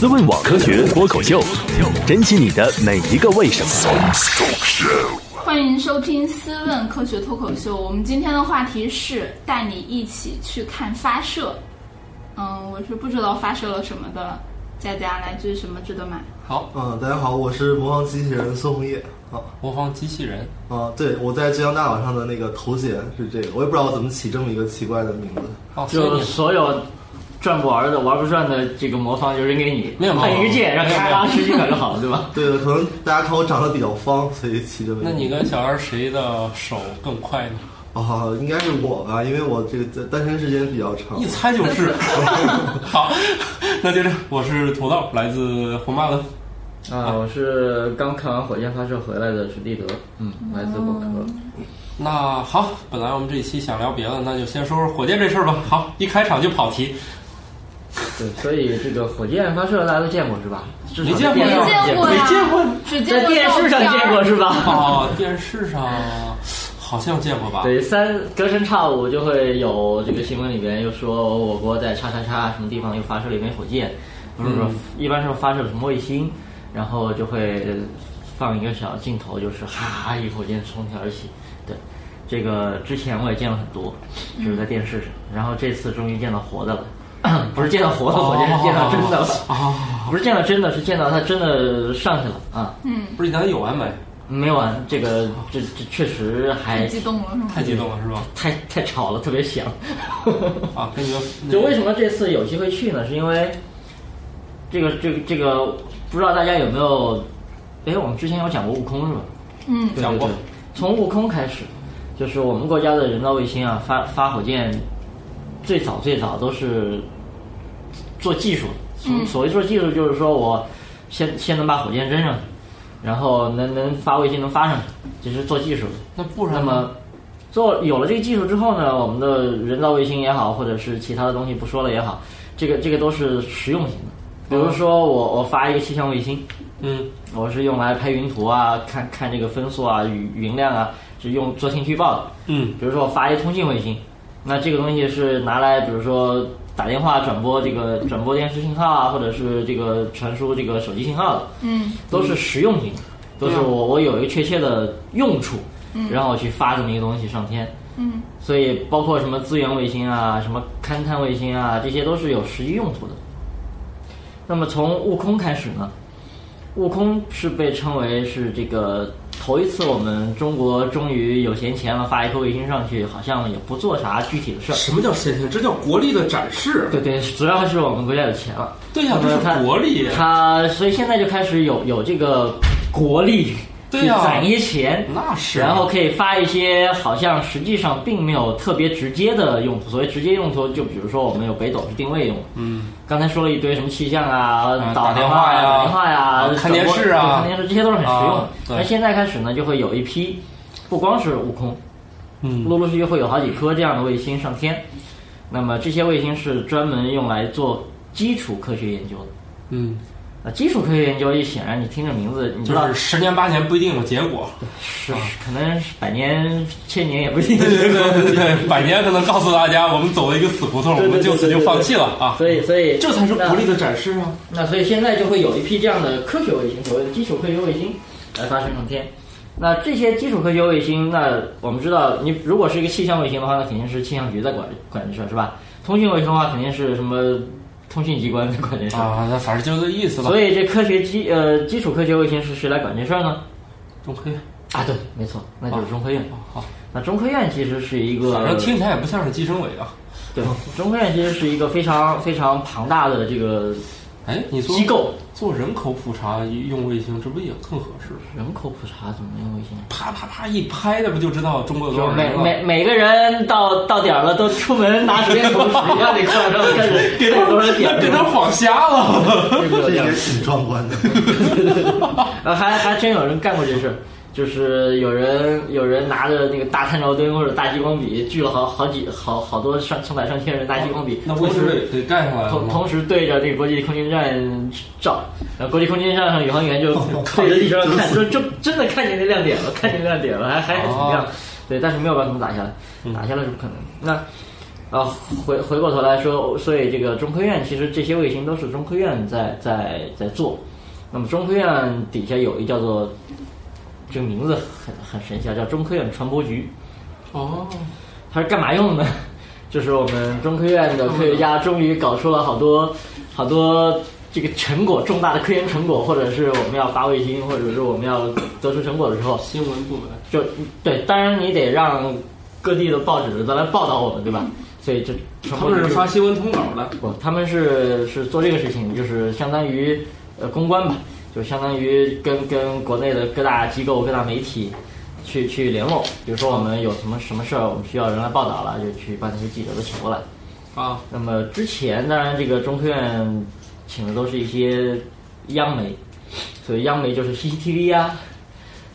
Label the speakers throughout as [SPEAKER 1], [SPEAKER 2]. [SPEAKER 1] 思问网科学脱口秀，珍惜你的每一个为什么。
[SPEAKER 2] 欢迎收听《思问科学脱口秀》，我们今天的话题是带你一起去看发射。嗯，我是不知道发射了什么的，佳佳来句什么值得买？
[SPEAKER 3] 好，
[SPEAKER 4] 嗯，大家好，我是魔方机器人孙红叶。啊
[SPEAKER 3] 魔方机器人，
[SPEAKER 4] 啊，对，我在浙江大岛上的那个头衔是这个，我也不知道我怎么起这么一个奇怪的名字。
[SPEAKER 3] 哦，所以
[SPEAKER 5] 就
[SPEAKER 3] 你
[SPEAKER 5] 所有转不玩的、玩不转的这个魔方就扔给你，
[SPEAKER 3] 没有没有
[SPEAKER 5] 按一个键，让咔咔十几秒就好了，对吧？
[SPEAKER 4] 对，可能大家看我长得比较方，所以起这么一个。
[SPEAKER 3] 那你跟小二谁的手更快呢？
[SPEAKER 4] 啊，应该是我吧，因为我这个单身时间比较长
[SPEAKER 3] 一。猜就是。 好，那就这样，我是土豆，来自红坝的。
[SPEAKER 5] 啊，我是刚看完火箭发射回来的史蒂德，嗯，来自果壳。
[SPEAKER 3] 那好，本来我们这一期想聊别的，那就先说说火箭这事儿吧。好，一开场就跑题，
[SPEAKER 5] 对，所以这个火箭发射大家都见过是吧？至少
[SPEAKER 3] 没见过没
[SPEAKER 5] 在电视上
[SPEAKER 2] 见过呀，
[SPEAKER 3] 没见过
[SPEAKER 2] 只见
[SPEAKER 5] 在
[SPEAKER 2] 过
[SPEAKER 5] 电视上见过是吧？
[SPEAKER 3] 哦，电视上好像见过吧？
[SPEAKER 5] 对，三隔三差五就会有这个新闻里边又说我国在叉叉叉什么地方又发射了一枚火箭，不是说一般是发射什么卫星，然后就会放一个小镜头，就是哈一火箭冲天而起。对，这个之前我也见了很多，就是在电视上，然后这次终于见到活的了。不是见到活的火箭，是见到真的了。 不是见到真的，是见到它真的上去了啊！
[SPEAKER 2] 嗯，
[SPEAKER 3] 不是咱有完没？
[SPEAKER 5] 没完，这个这这确实还
[SPEAKER 2] 太激动了是吗？
[SPEAKER 3] 太激动了是吧？
[SPEAKER 5] 太太吵了，特别响。
[SPEAKER 3] 啊，跟你们
[SPEAKER 5] 嗯就为什么这次有机会去呢？是因为这个这个这个，不知道大家有没有？哎，我们之前有讲过悟空是吧？
[SPEAKER 2] 嗯，
[SPEAKER 5] 对
[SPEAKER 3] 讲过
[SPEAKER 5] 对对从悟空开始，就是我们国家的人造卫星啊，发发火箭，最早最早都是做技术。所
[SPEAKER 2] 嗯
[SPEAKER 5] 所谓做技术，就是说我先先能把火箭扔上去，然后能能发卫星能发上去，这是做技术的。
[SPEAKER 3] 那不
[SPEAKER 5] 那
[SPEAKER 3] 然
[SPEAKER 5] 么做有了这个技术之后呢，我们的人造卫星也好，或者是其他的东西不说了也好，这个这个都是实用型的。比如说我我发一个气象卫星，
[SPEAKER 3] 嗯，
[SPEAKER 5] 我是用来拍云图啊，看看这个分速啊、云云量啊，是用做天气预报的。
[SPEAKER 3] 嗯
[SPEAKER 5] 比如说我发一通信卫星，那这个东西是拿来，比如说打电话转播这个转播电视信号啊，或者是这个传输这个手机信号的。
[SPEAKER 2] 嗯，
[SPEAKER 5] 都是实用型，都是
[SPEAKER 3] 对啊
[SPEAKER 5] 我我有一个确切的用处，然后我去发这么一个东西上天。
[SPEAKER 2] 嗯，
[SPEAKER 5] 所以包括什么资源卫星啊，什么勘探卫星啊，这些都是有实际用途的。那么从悟空开始呢，悟空是被称为是这个头一次我们中国终于有闲钱了，发一颗卫星上去，好像也不做啥具体的事儿。
[SPEAKER 3] 什么叫先天？这叫国力的展示。
[SPEAKER 5] 对对，主要还是我们国家有钱了。
[SPEAKER 3] 对呀、
[SPEAKER 5] 那么
[SPEAKER 3] 这
[SPEAKER 5] 他
[SPEAKER 3] 是国力。
[SPEAKER 5] 他所以现在就开始有有这个国力
[SPEAKER 3] 对
[SPEAKER 5] 去
[SPEAKER 3] 呀
[SPEAKER 5] 攒一些钱，
[SPEAKER 3] 那是
[SPEAKER 5] 然后可以发一些好像实际上并没有特别直接的用途。所谓直接用途，就比如说我们有北斗是定位用，
[SPEAKER 3] 嗯，
[SPEAKER 5] 刚才说了一堆什么气象啊、
[SPEAKER 3] 嗯
[SPEAKER 5] 导
[SPEAKER 3] 打电
[SPEAKER 5] 航
[SPEAKER 3] 话
[SPEAKER 5] 啊
[SPEAKER 3] 呀
[SPEAKER 5] 打电话呀、
[SPEAKER 3] 看电视
[SPEAKER 5] 转播
[SPEAKER 3] 啊
[SPEAKER 5] 对看电视这些都是很实用
[SPEAKER 3] 啊
[SPEAKER 5] 的。
[SPEAKER 3] 对
[SPEAKER 5] 那现在开始呢，就会有一批，不光是悟空，
[SPEAKER 3] 嗯
[SPEAKER 5] 陆陆续续会有好几颗这样的卫星上天。那么这些卫星是专门用来做基础科学研究的。
[SPEAKER 3] 嗯，
[SPEAKER 5] 啊，基础科学研究一显然，你听这名字，你知
[SPEAKER 3] 就
[SPEAKER 5] 道
[SPEAKER 3] 是十年八年不一定有结果，
[SPEAKER 5] 是可能是百年、千年也不一定。
[SPEAKER 3] 对对对，百年可能告诉大家，我们走了一个死胡同，我
[SPEAKER 5] 对对对
[SPEAKER 3] 们就此就
[SPEAKER 5] 对对对
[SPEAKER 3] 放弃了啊。
[SPEAKER 5] 所以，所以
[SPEAKER 3] 这才是国力的展示啊！
[SPEAKER 5] 那。那所以现在就会有一批这样的科学卫星，所谓的基础科学卫星来发射上天。那这些基础科学卫星，那我们知道，你如果是一个气象卫星的话，那肯定是气象局在管管这事儿，是吧？通讯卫星的话，肯定是什么通讯机关在管这事儿。
[SPEAKER 3] 啊，那反正就这意思吧。
[SPEAKER 5] 所以这科学基呃基础科学卫星是谁来管这事儿呢？
[SPEAKER 3] 中科院，
[SPEAKER 5] 啊，对，没错，那就是中科院。
[SPEAKER 3] 好，
[SPEAKER 5] 那中科院其实是一个，
[SPEAKER 3] 反正听起来也不像是计生委啊。
[SPEAKER 5] 对，中科院其实是一个非常非常庞大的这个
[SPEAKER 3] 哎，你做
[SPEAKER 5] 机构。
[SPEAKER 3] 做人口普查用卫星，这不也更合适？
[SPEAKER 5] 人口普查怎么用卫星？
[SPEAKER 3] 啪啪啪一拍，那不就知道中国有多
[SPEAKER 5] 就
[SPEAKER 3] 少人
[SPEAKER 5] 每
[SPEAKER 3] 了？
[SPEAKER 5] 每每个人到到点儿了，都出门拿手电筒指一下这块儿，然后开始
[SPEAKER 3] 给
[SPEAKER 5] 给
[SPEAKER 3] 他
[SPEAKER 5] 多少点
[SPEAKER 3] 那给他
[SPEAKER 5] 儿。
[SPEAKER 3] 晃瞎了。
[SPEAKER 5] 这个
[SPEAKER 4] 这
[SPEAKER 5] 有点
[SPEAKER 4] 也
[SPEAKER 5] 儿
[SPEAKER 4] 挺壮观 的。
[SPEAKER 5] 呃，还还真有人干过这事儿，就是有人有人拿着那个大探照灯或者大激光笔，聚了好好几好好多上上百上千人拿激光笔，
[SPEAKER 3] 哦那卫
[SPEAKER 5] 同
[SPEAKER 3] 星
[SPEAKER 5] 时
[SPEAKER 3] 得得盖上来了
[SPEAKER 5] 同
[SPEAKER 3] 吗？
[SPEAKER 5] 同时对着这个国际空间站照，然后国际空间站上宇航员就对着地球上看，就就真的看见那亮点了，看见亮点了，还还还挺亮
[SPEAKER 3] 哦，
[SPEAKER 5] 对，但是没有把他们打下来，打下来是不可能的。那然后回回过头来说，所以这个中科院其实这些卫星都是中科院在在在做。那么中科院底下有一叫做，这个名字很很神奇啊，叫中科院传播局。
[SPEAKER 3] 哦，
[SPEAKER 5] 它是干嘛用的？ 就是我们中科院的科学
[SPEAKER 3] 嗯
[SPEAKER 5] 家终于搞出了好多好多这个成果，重大的科研成果，或者是我们要发卫星，或者是我们要得出成果的时候，
[SPEAKER 3] 新闻部门
[SPEAKER 5] 就对，当然你得让各地的报纸都来报道我们，对吧？所以就传
[SPEAKER 3] 他
[SPEAKER 5] 播
[SPEAKER 3] 们是
[SPEAKER 5] 就
[SPEAKER 3] 发新闻通稿的，
[SPEAKER 5] 不，他们是是做这个事情，就是相当于呃公关吧，就相当于跟跟国内的各大机构、各大媒体去去联络。比如说我们有什么什么事儿，我们需要人来报道了，就去把那些记者都请过来。
[SPEAKER 3] 啊，
[SPEAKER 5] 那么之前当然这个中科院请的都是一些央媒，所以央媒就是 CCTV 啊，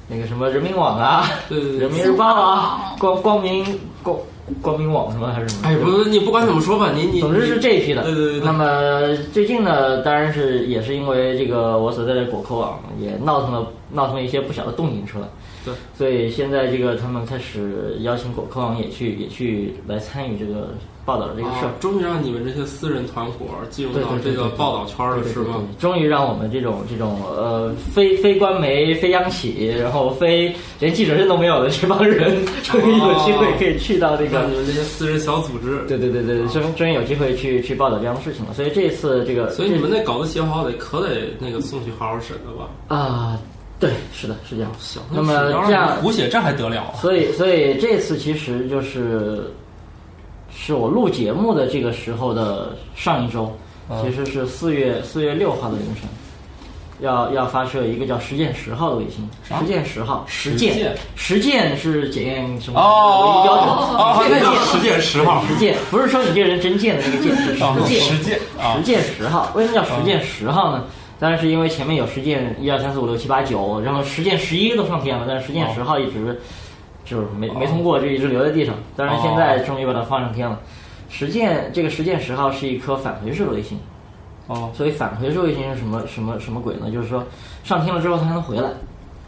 [SPEAKER 5] 那个什么人民网啊、
[SPEAKER 3] 对对对。
[SPEAKER 5] 人民日报啊、光光明光光明网什么还是什么？
[SPEAKER 3] 哎，不，你不管怎么说吧，你你
[SPEAKER 5] 总之是这一批的。
[SPEAKER 3] 对对对对
[SPEAKER 5] 那么最近呢，当然是也是因为这个我所在的果壳网也闹腾了闹腾了一些不小的动静出来。
[SPEAKER 3] 对。
[SPEAKER 5] 所以现在这个他们开始邀请果壳网也去也去来参与这个报道的这个事儿
[SPEAKER 3] 啊。，终于让你们这些私人团伙进入
[SPEAKER 5] 对
[SPEAKER 3] 到
[SPEAKER 5] 对
[SPEAKER 3] 这
[SPEAKER 5] 对
[SPEAKER 3] 个
[SPEAKER 5] 对
[SPEAKER 3] 报道圈了，啊是吗？
[SPEAKER 5] 终于让我们这种这种呃非非官媒、非央企，然后非连记者证都没有的这帮人，终于有机
[SPEAKER 3] 啊
[SPEAKER 5] 会可以去到这个
[SPEAKER 3] 让你们这些私人小组织。
[SPEAKER 5] 对对对对，终终于有机会去去报道这样的事情了，所以这一次这个，
[SPEAKER 3] 所以你们那稿子写好得可得那个送去好好审了吧？
[SPEAKER 5] 啊、对，是的，是这样。
[SPEAKER 3] 行，
[SPEAKER 5] 那么
[SPEAKER 3] 要
[SPEAKER 5] 这
[SPEAKER 3] 让
[SPEAKER 5] 样
[SPEAKER 3] 你胡写这还得了啊？
[SPEAKER 5] 所以所以这次其实就是是我录节目的这个时候的上一周，
[SPEAKER 3] 啊
[SPEAKER 5] 其实是四月四月六号的凌晨，要要发射一个叫“实践十号”的卫星，“
[SPEAKER 3] 啥
[SPEAKER 5] 实践十号”，实
[SPEAKER 3] 实践
[SPEAKER 5] 践，实践是检验什么
[SPEAKER 3] 哦哦
[SPEAKER 5] 唯一标准。
[SPEAKER 3] 哦，那叫实践十号，
[SPEAKER 5] 实践不是说你这个人真贱的那个贱，是
[SPEAKER 3] 啊，
[SPEAKER 5] 实践。
[SPEAKER 3] 实践啊
[SPEAKER 5] 实，践十号，为什么叫实践十号呢？当然是因为前面有实践一二三四五六七八九，然后实践十一都上天了，但是实践十号一直就是没、没通过，就一直留在地上。当然现在终于把它放上天了。实践这个实践十号是一颗返回式卫星，
[SPEAKER 3] 哦，
[SPEAKER 5] 所以返回式卫星是什么什么什么鬼呢？就是说上天了之后它才能回来，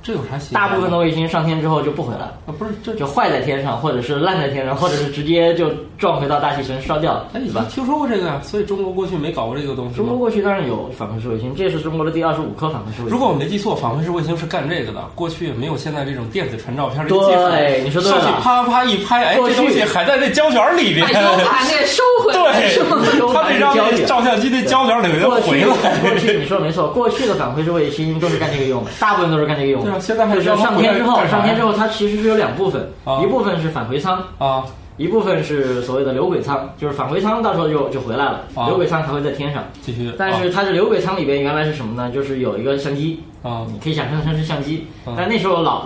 [SPEAKER 3] 这有啥写？
[SPEAKER 5] 大部分的卫星上天之后就不回来了。
[SPEAKER 3] 啊，不是这
[SPEAKER 5] 就坏在天上，或者是烂在天上，或者是直接就撞回到大气层烧掉了，
[SPEAKER 3] 哎，
[SPEAKER 5] 对
[SPEAKER 3] 你
[SPEAKER 5] 吧？
[SPEAKER 3] 听说过这个呀？所以中国过去没搞过这个东西
[SPEAKER 5] 中国
[SPEAKER 3] 吗？
[SPEAKER 5] 过去当然有返回式卫星，这是中国的第二十五颗返回式卫星。
[SPEAKER 3] 如果我没记错，返回式卫星是干这个的。过去也没有现在这种电子传照片这个技术。
[SPEAKER 5] 对，你说对
[SPEAKER 3] 上去
[SPEAKER 5] 了。
[SPEAKER 3] 啪啪一拍，哎，
[SPEAKER 5] 过
[SPEAKER 3] 这
[SPEAKER 5] 去
[SPEAKER 3] 东西还在那胶卷里边
[SPEAKER 2] 把。油把那个收回来是吗？
[SPEAKER 3] 对，他得让
[SPEAKER 5] 胶
[SPEAKER 3] 那
[SPEAKER 5] 卷
[SPEAKER 3] 照相机那胶卷里给它
[SPEAKER 5] 过去
[SPEAKER 3] 回
[SPEAKER 5] 过去
[SPEAKER 3] 来。
[SPEAKER 5] 你说没错，过去的返回式卫星都是干这个用的，大部分都是干这个用的。
[SPEAKER 3] 对啊现在还
[SPEAKER 5] 就是
[SPEAKER 3] 让它
[SPEAKER 5] 上
[SPEAKER 3] 回来
[SPEAKER 5] 天之后
[SPEAKER 3] 干，啥呀
[SPEAKER 5] 上天之后它其实是有两部分
[SPEAKER 3] 啊，
[SPEAKER 5] 一部分是返回舱，
[SPEAKER 3] 啊，
[SPEAKER 5] 一部分是所谓的留轨舱，就是返回舱到时候就就回来了
[SPEAKER 3] 啊，
[SPEAKER 5] 留轨舱还会在天上。
[SPEAKER 3] 继续。
[SPEAKER 5] 但是它是留轨舱里边原来是什么呢？就是有一个相机，
[SPEAKER 3] 啊
[SPEAKER 5] 你可以想象成是相机
[SPEAKER 3] 嗯，
[SPEAKER 5] 但那时候老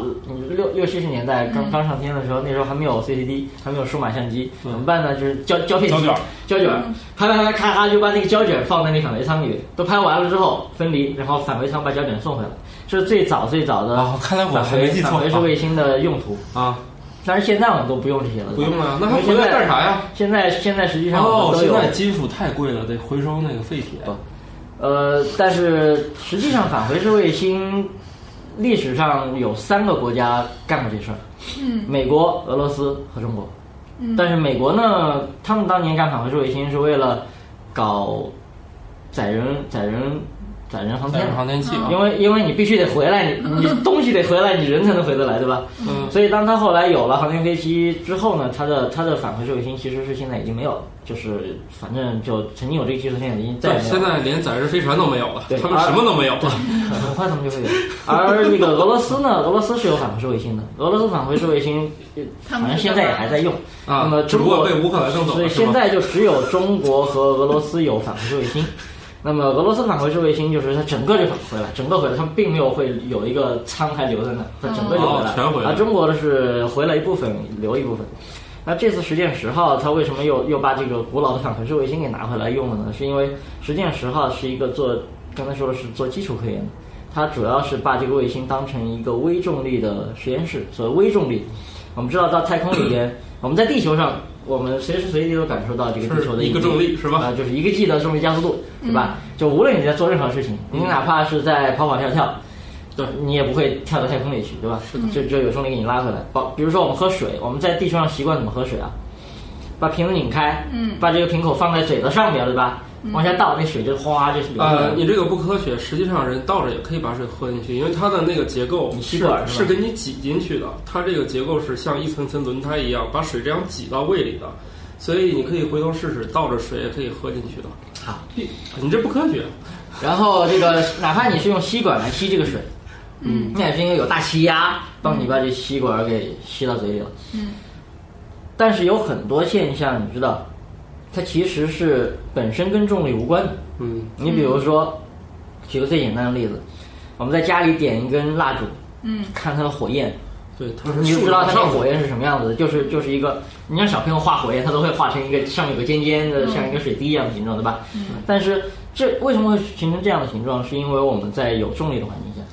[SPEAKER 5] 六六七十年代刚刚上天的时候，那时候还没有 CCD，还没有数码相机，
[SPEAKER 3] 嗯
[SPEAKER 5] 怎么办呢？就是胶胶片
[SPEAKER 3] 胶
[SPEAKER 5] 机
[SPEAKER 3] 卷，
[SPEAKER 5] 胶卷拍拍拍，咔咔就把那个胶卷放在那返回舱里，都拍完了之后分离，然后返回舱把胶卷送回来，这是最早最早的
[SPEAKER 3] 啊，看来我
[SPEAKER 5] 返
[SPEAKER 3] 还没
[SPEAKER 5] 回
[SPEAKER 3] 记
[SPEAKER 5] 返
[SPEAKER 3] 错
[SPEAKER 5] 回式卫星的用途。
[SPEAKER 3] 啊，
[SPEAKER 5] 但是现在我们都不用这些了，
[SPEAKER 3] 不用了，那还
[SPEAKER 5] 因
[SPEAKER 3] 回
[SPEAKER 5] 为现
[SPEAKER 3] 来
[SPEAKER 5] 在
[SPEAKER 3] 干啥呀？
[SPEAKER 5] 现在啊现在实际上我
[SPEAKER 3] 哦，
[SPEAKER 5] 们都
[SPEAKER 3] 现
[SPEAKER 5] 有
[SPEAKER 3] 在金属太贵了，得回收那个废铁。
[SPEAKER 5] 呃，但是实际上返回式卫星历史上有三个国家干过这事儿，
[SPEAKER 2] 嗯，
[SPEAKER 5] 美国、俄罗斯和中国。
[SPEAKER 2] 嗯
[SPEAKER 5] 但是美国呢，他们当年干返回式卫星是为了搞载人、载人、载人航
[SPEAKER 3] 载
[SPEAKER 5] 天
[SPEAKER 3] 人，航天器
[SPEAKER 2] 哦
[SPEAKER 3] 啊，
[SPEAKER 5] 因为因为你必须得回 来，你你东西得回来，你人才能回得来，对吧？
[SPEAKER 3] 嗯，
[SPEAKER 5] 所以当它后来有了航天飞机之后呢，它的它的返回式卫星其实是现在已经没有了，就是反正就曾经有这个技术，现在已经再也
[SPEAKER 3] 对，
[SPEAKER 5] 没有
[SPEAKER 3] 现
[SPEAKER 5] 了。
[SPEAKER 3] 在连载人飞船都没有了，
[SPEAKER 5] 对
[SPEAKER 3] 他们什么都没有了。
[SPEAKER 5] 很快他们就会有。而那个俄罗斯 呢，俄罗斯是有返回式卫星的，俄罗斯返回式卫星，呃
[SPEAKER 2] 他
[SPEAKER 5] 反
[SPEAKER 2] 们
[SPEAKER 5] 正
[SPEAKER 2] 是
[SPEAKER 5] 现在也还在用。
[SPEAKER 3] 啊
[SPEAKER 5] 那么
[SPEAKER 3] 只
[SPEAKER 5] 中
[SPEAKER 3] 不过
[SPEAKER 5] 国
[SPEAKER 3] 被乌克兰弄走了
[SPEAKER 5] 所以
[SPEAKER 3] 是吧
[SPEAKER 5] 现在就只有中国和俄罗斯有返回式卫星。那么俄罗斯返回式卫星就是它整个就返回来，整个回来，它并没有会有一个舱还留在那，它整个就回来
[SPEAKER 3] 哦，全回来
[SPEAKER 5] 而中国的是回来一部分，留一部分。那这次实践十号，它为什么又又把这个古老的返回式卫星给拿回来用了呢？是因为实践十号是一个做刚才说的是做基础科研的，它主要是把这个卫星当成一个微重力的实验室。所谓微重力，我们知道到太空里边，我们在地球上，我们随时随地都感受到这个地球的
[SPEAKER 3] 是一个
[SPEAKER 5] 引
[SPEAKER 3] 重力是吧
[SPEAKER 5] 啊、就是一个 G 的重力加速度，对吧？就无论你在做任何事情，你哪怕是在跑跑跳跳，对，你也不会跳到太空里去，
[SPEAKER 2] 嗯
[SPEAKER 5] 对吧？是的，就就有重力给你拉回来。包，比如说我们喝水，我们在地球上习惯怎么喝水啊？把瓶子拧开，
[SPEAKER 2] 嗯
[SPEAKER 5] 把这个瓶口放在嘴的上面，对吧？往下倒，那水就哗就是流出来
[SPEAKER 3] 呃，
[SPEAKER 5] 了。
[SPEAKER 3] 你这个不科学，实际上人倒着也可以把水喝进去，因为它的那个结构
[SPEAKER 5] 你吸
[SPEAKER 3] 是
[SPEAKER 5] 管是
[SPEAKER 3] 是
[SPEAKER 5] 吧
[SPEAKER 3] 给你挤进去的，它这个结构是像一层层轮胎一样把水这样挤到胃里的，所以你可以回头试试倒着水也可以喝进去的。
[SPEAKER 5] 好，
[SPEAKER 3] 你你这不科学，
[SPEAKER 5] 然后这个哪怕你是用吸管来吸这个水，
[SPEAKER 2] 嗯，
[SPEAKER 5] 那也是因为有大气压帮你把这吸管给吸到嘴里了。
[SPEAKER 2] 嗯，
[SPEAKER 5] 但是有很多现象你知道，它其实是本身跟重力无关的。
[SPEAKER 3] 嗯，
[SPEAKER 5] 你比如说，举个最简单的例子，我们在家里点一根蜡烛，
[SPEAKER 2] 嗯，
[SPEAKER 5] 看它的火焰，
[SPEAKER 3] 对，它是
[SPEAKER 5] 你就
[SPEAKER 3] 竖
[SPEAKER 5] 知
[SPEAKER 3] 着
[SPEAKER 5] 道它那
[SPEAKER 3] 上
[SPEAKER 5] 个
[SPEAKER 3] 的
[SPEAKER 5] 火焰是什么样子的，就是就是一个，你让小朋友画火焰，他都会画成一个上面有个尖尖的，像一个水滴一样的形状，对吧？嗯但是这为什么会形成这样的形状？是因为我们在有重力的环境下，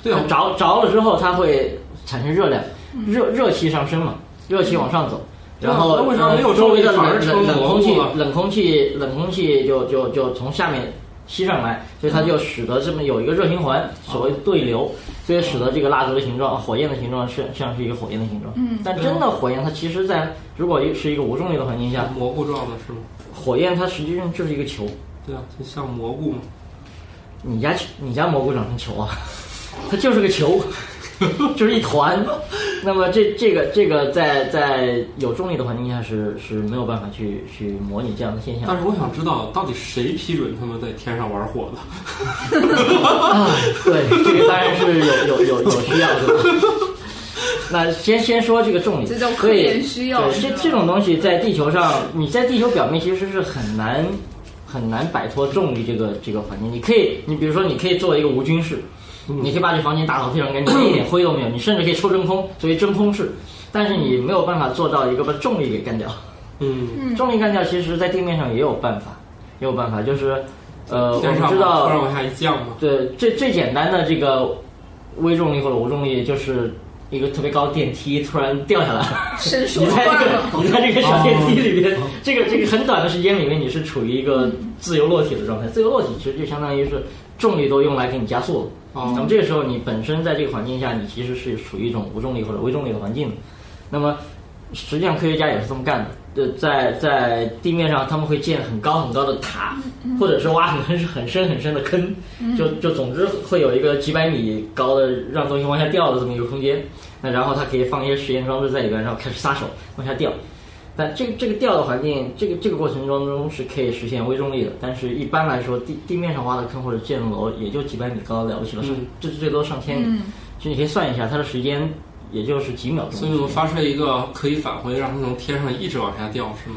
[SPEAKER 3] 对啊，
[SPEAKER 5] 着着了之后，它会产生热量，热热气上升嘛，热气往上走。
[SPEAKER 3] 对啊
[SPEAKER 5] 然后
[SPEAKER 3] 那为啥没有
[SPEAKER 5] 呃周围的
[SPEAKER 3] 重力反而
[SPEAKER 5] 冷
[SPEAKER 3] 成
[SPEAKER 5] 冷冷
[SPEAKER 3] 蘑
[SPEAKER 5] 空
[SPEAKER 3] 菇啊
[SPEAKER 5] 气
[SPEAKER 3] 了，
[SPEAKER 5] 冷空气，冷空气就就就从下面吸上来，所以它就使得这么有一个热循环，所谓的对流，所以使得这个蜡烛的形状、火焰的形状是像是一个火焰的形状。
[SPEAKER 2] 嗯
[SPEAKER 5] 但真的火焰，它其实在如果是一个无重力的环境下，
[SPEAKER 3] 蘑菇状的是吗？
[SPEAKER 5] 火焰它实际上就是一个球。
[SPEAKER 3] 对啊，就像蘑菇嘛。
[SPEAKER 5] 你家你家蘑菇长成球啊？ 它就是个球， 就是一团。那么这这个这个在在有重力的环境下是是没有办法去去模拟这样的现象
[SPEAKER 3] 但。是我想知道，到底谁批准他们在天上玩火的？
[SPEAKER 5] 啊，对，这个当然是有有有有需要的。那先先说这个重力，
[SPEAKER 2] 这叫科
[SPEAKER 5] 所以
[SPEAKER 2] 研需要
[SPEAKER 5] 对，
[SPEAKER 2] 是
[SPEAKER 5] 这
[SPEAKER 2] 吧
[SPEAKER 5] 这种东西在地球上，你在地球表面其实是很难很难摆脱重力这个这个环境。你可以，你比如说，你可以做一个无菌室，
[SPEAKER 3] 嗯
[SPEAKER 5] 你可以把这房间打扫非常干净，一点灰都没有。你甚至可以抽真空，所谓真空室。但是你没有办法做到一个把重力给干掉。
[SPEAKER 3] 嗯，
[SPEAKER 2] 嗯
[SPEAKER 5] 重力干掉，其实在地面上也有办法，也有办法，就是呃，我
[SPEAKER 3] 天
[SPEAKER 5] 们
[SPEAKER 3] 上
[SPEAKER 5] 知道
[SPEAKER 3] 突然往下一降嘛。
[SPEAKER 5] 对，最最简单的这个微重力或者无重力，就是一个特别高的电梯突然掉下 来了。
[SPEAKER 2] 伸手
[SPEAKER 5] 你在
[SPEAKER 2] 惯
[SPEAKER 5] 这
[SPEAKER 2] 了，
[SPEAKER 5] 个你在这个小电梯里边，这个这个很短的时间里面，你是处于一个自由落体的状态。自由落体其实就相当于是重力都用来给你加速了。
[SPEAKER 3] 哦
[SPEAKER 5] 那么这个时候你本身在这个环境下，你其实是处于一种无重力或者微重力的环境的。那么实际上科学家也是这么干的。呃，在在地面上他们会建很高很高的塔，或者是挖很很深很深的坑，就就总之会有一个几百米高的让东西往下掉的这么一个空间。那然后它可以放一些实验装置在里边，然后开始撒手往下掉。但这个这个掉的环境，这个这个过程当中是可以实现微重力的，但是一般来说，地地面上挖的坑或者建的楼也就几百米高，了不起了，
[SPEAKER 3] 嗯
[SPEAKER 5] 这最多上千米。
[SPEAKER 2] 嗯
[SPEAKER 5] 所以你可以算一下，它的时间也就是几秒钟的时
[SPEAKER 3] 所
[SPEAKER 5] 间。
[SPEAKER 3] 以你们发射一个可以返回，让它从天上一直往下掉，是吗？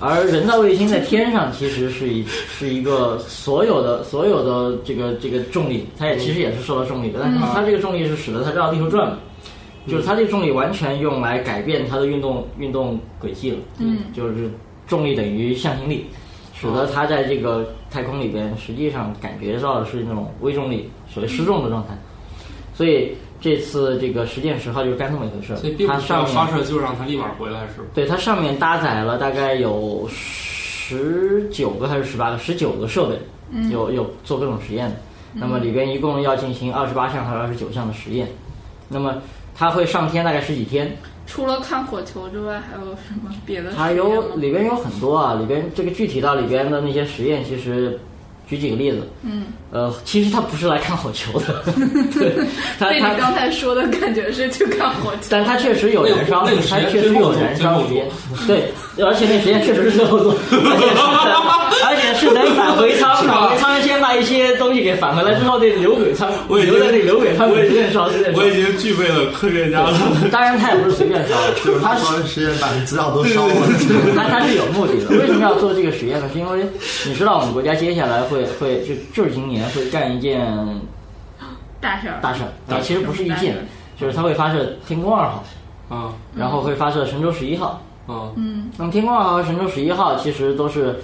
[SPEAKER 5] 而人造卫星在天上其实是一是一个所有的所有的这个这个重力，它也其实也是受到重力的，但是它这个重力是使得它绕地球转的，
[SPEAKER 3] 嗯
[SPEAKER 5] 就是它这个重力完全用来改变它的运动运动轨迹了，
[SPEAKER 2] 嗯
[SPEAKER 5] 就是重力等于向心力，使得它在这个太空里边实际上感觉到的是那种微重力，所谓失重的状态，所以这次这个实践十号就是干这么一回事儿
[SPEAKER 3] 所以并，
[SPEAKER 5] 它
[SPEAKER 3] 不是要
[SPEAKER 5] 上面
[SPEAKER 3] 发射就让它立马回来，是吧？
[SPEAKER 5] 对，它上面搭载了大概有十九个还是十八个？十九个设备，
[SPEAKER 2] 嗯
[SPEAKER 5] 有有做各种实验的。那么里边一共要进行二十八项还是二十九项的实验。那么它会上天大概十几天，
[SPEAKER 2] 除了看火球之外，还有什么别的？
[SPEAKER 5] 它有里边有很多啊，里边这个具体到里边的那些实验，其实举几个例子，
[SPEAKER 2] 嗯，
[SPEAKER 5] 呃，其实它不是来看 火球的，对，它
[SPEAKER 2] 被你
[SPEAKER 5] 它，
[SPEAKER 2] 刚才说的感觉是去看火球，
[SPEAKER 5] 但它确实有燃烧，
[SPEAKER 3] 那个实
[SPEAKER 5] 它
[SPEAKER 3] 验
[SPEAKER 5] 确实有
[SPEAKER 3] 最后
[SPEAKER 5] 燃烧
[SPEAKER 3] 做
[SPEAKER 5] 实验，对，而且那实验确实是最后做，而且是能返回舱，
[SPEAKER 3] 是吧
[SPEAKER 5] 返回舱先把一些东西给返回来之后，那留给舱，
[SPEAKER 3] 我也觉
[SPEAKER 5] 留
[SPEAKER 3] 得
[SPEAKER 5] 在那留给舱，我也认烧，认 烧
[SPEAKER 3] 我。已经具备了科学家的
[SPEAKER 5] 当然，他也不是随便烧的，
[SPEAKER 4] 就是
[SPEAKER 5] 他
[SPEAKER 4] 他
[SPEAKER 5] 是
[SPEAKER 4] 说实验把资料都烧了，
[SPEAKER 5] 他他是有目的的。为什么要做这个实验呢？是因为你知道我们国家接下来会会就就是今年会干一件
[SPEAKER 2] 大事儿，
[SPEAKER 5] 大事儿，啊，其实不是一
[SPEAKER 2] 大事
[SPEAKER 5] 件
[SPEAKER 2] 儿，
[SPEAKER 5] 就是它会发射天宫二号，
[SPEAKER 3] 啊
[SPEAKER 5] 然后会发射神舟十一号。
[SPEAKER 3] 啊！
[SPEAKER 2] 嗯
[SPEAKER 5] 那么天宫二号和神舟十一号其实都是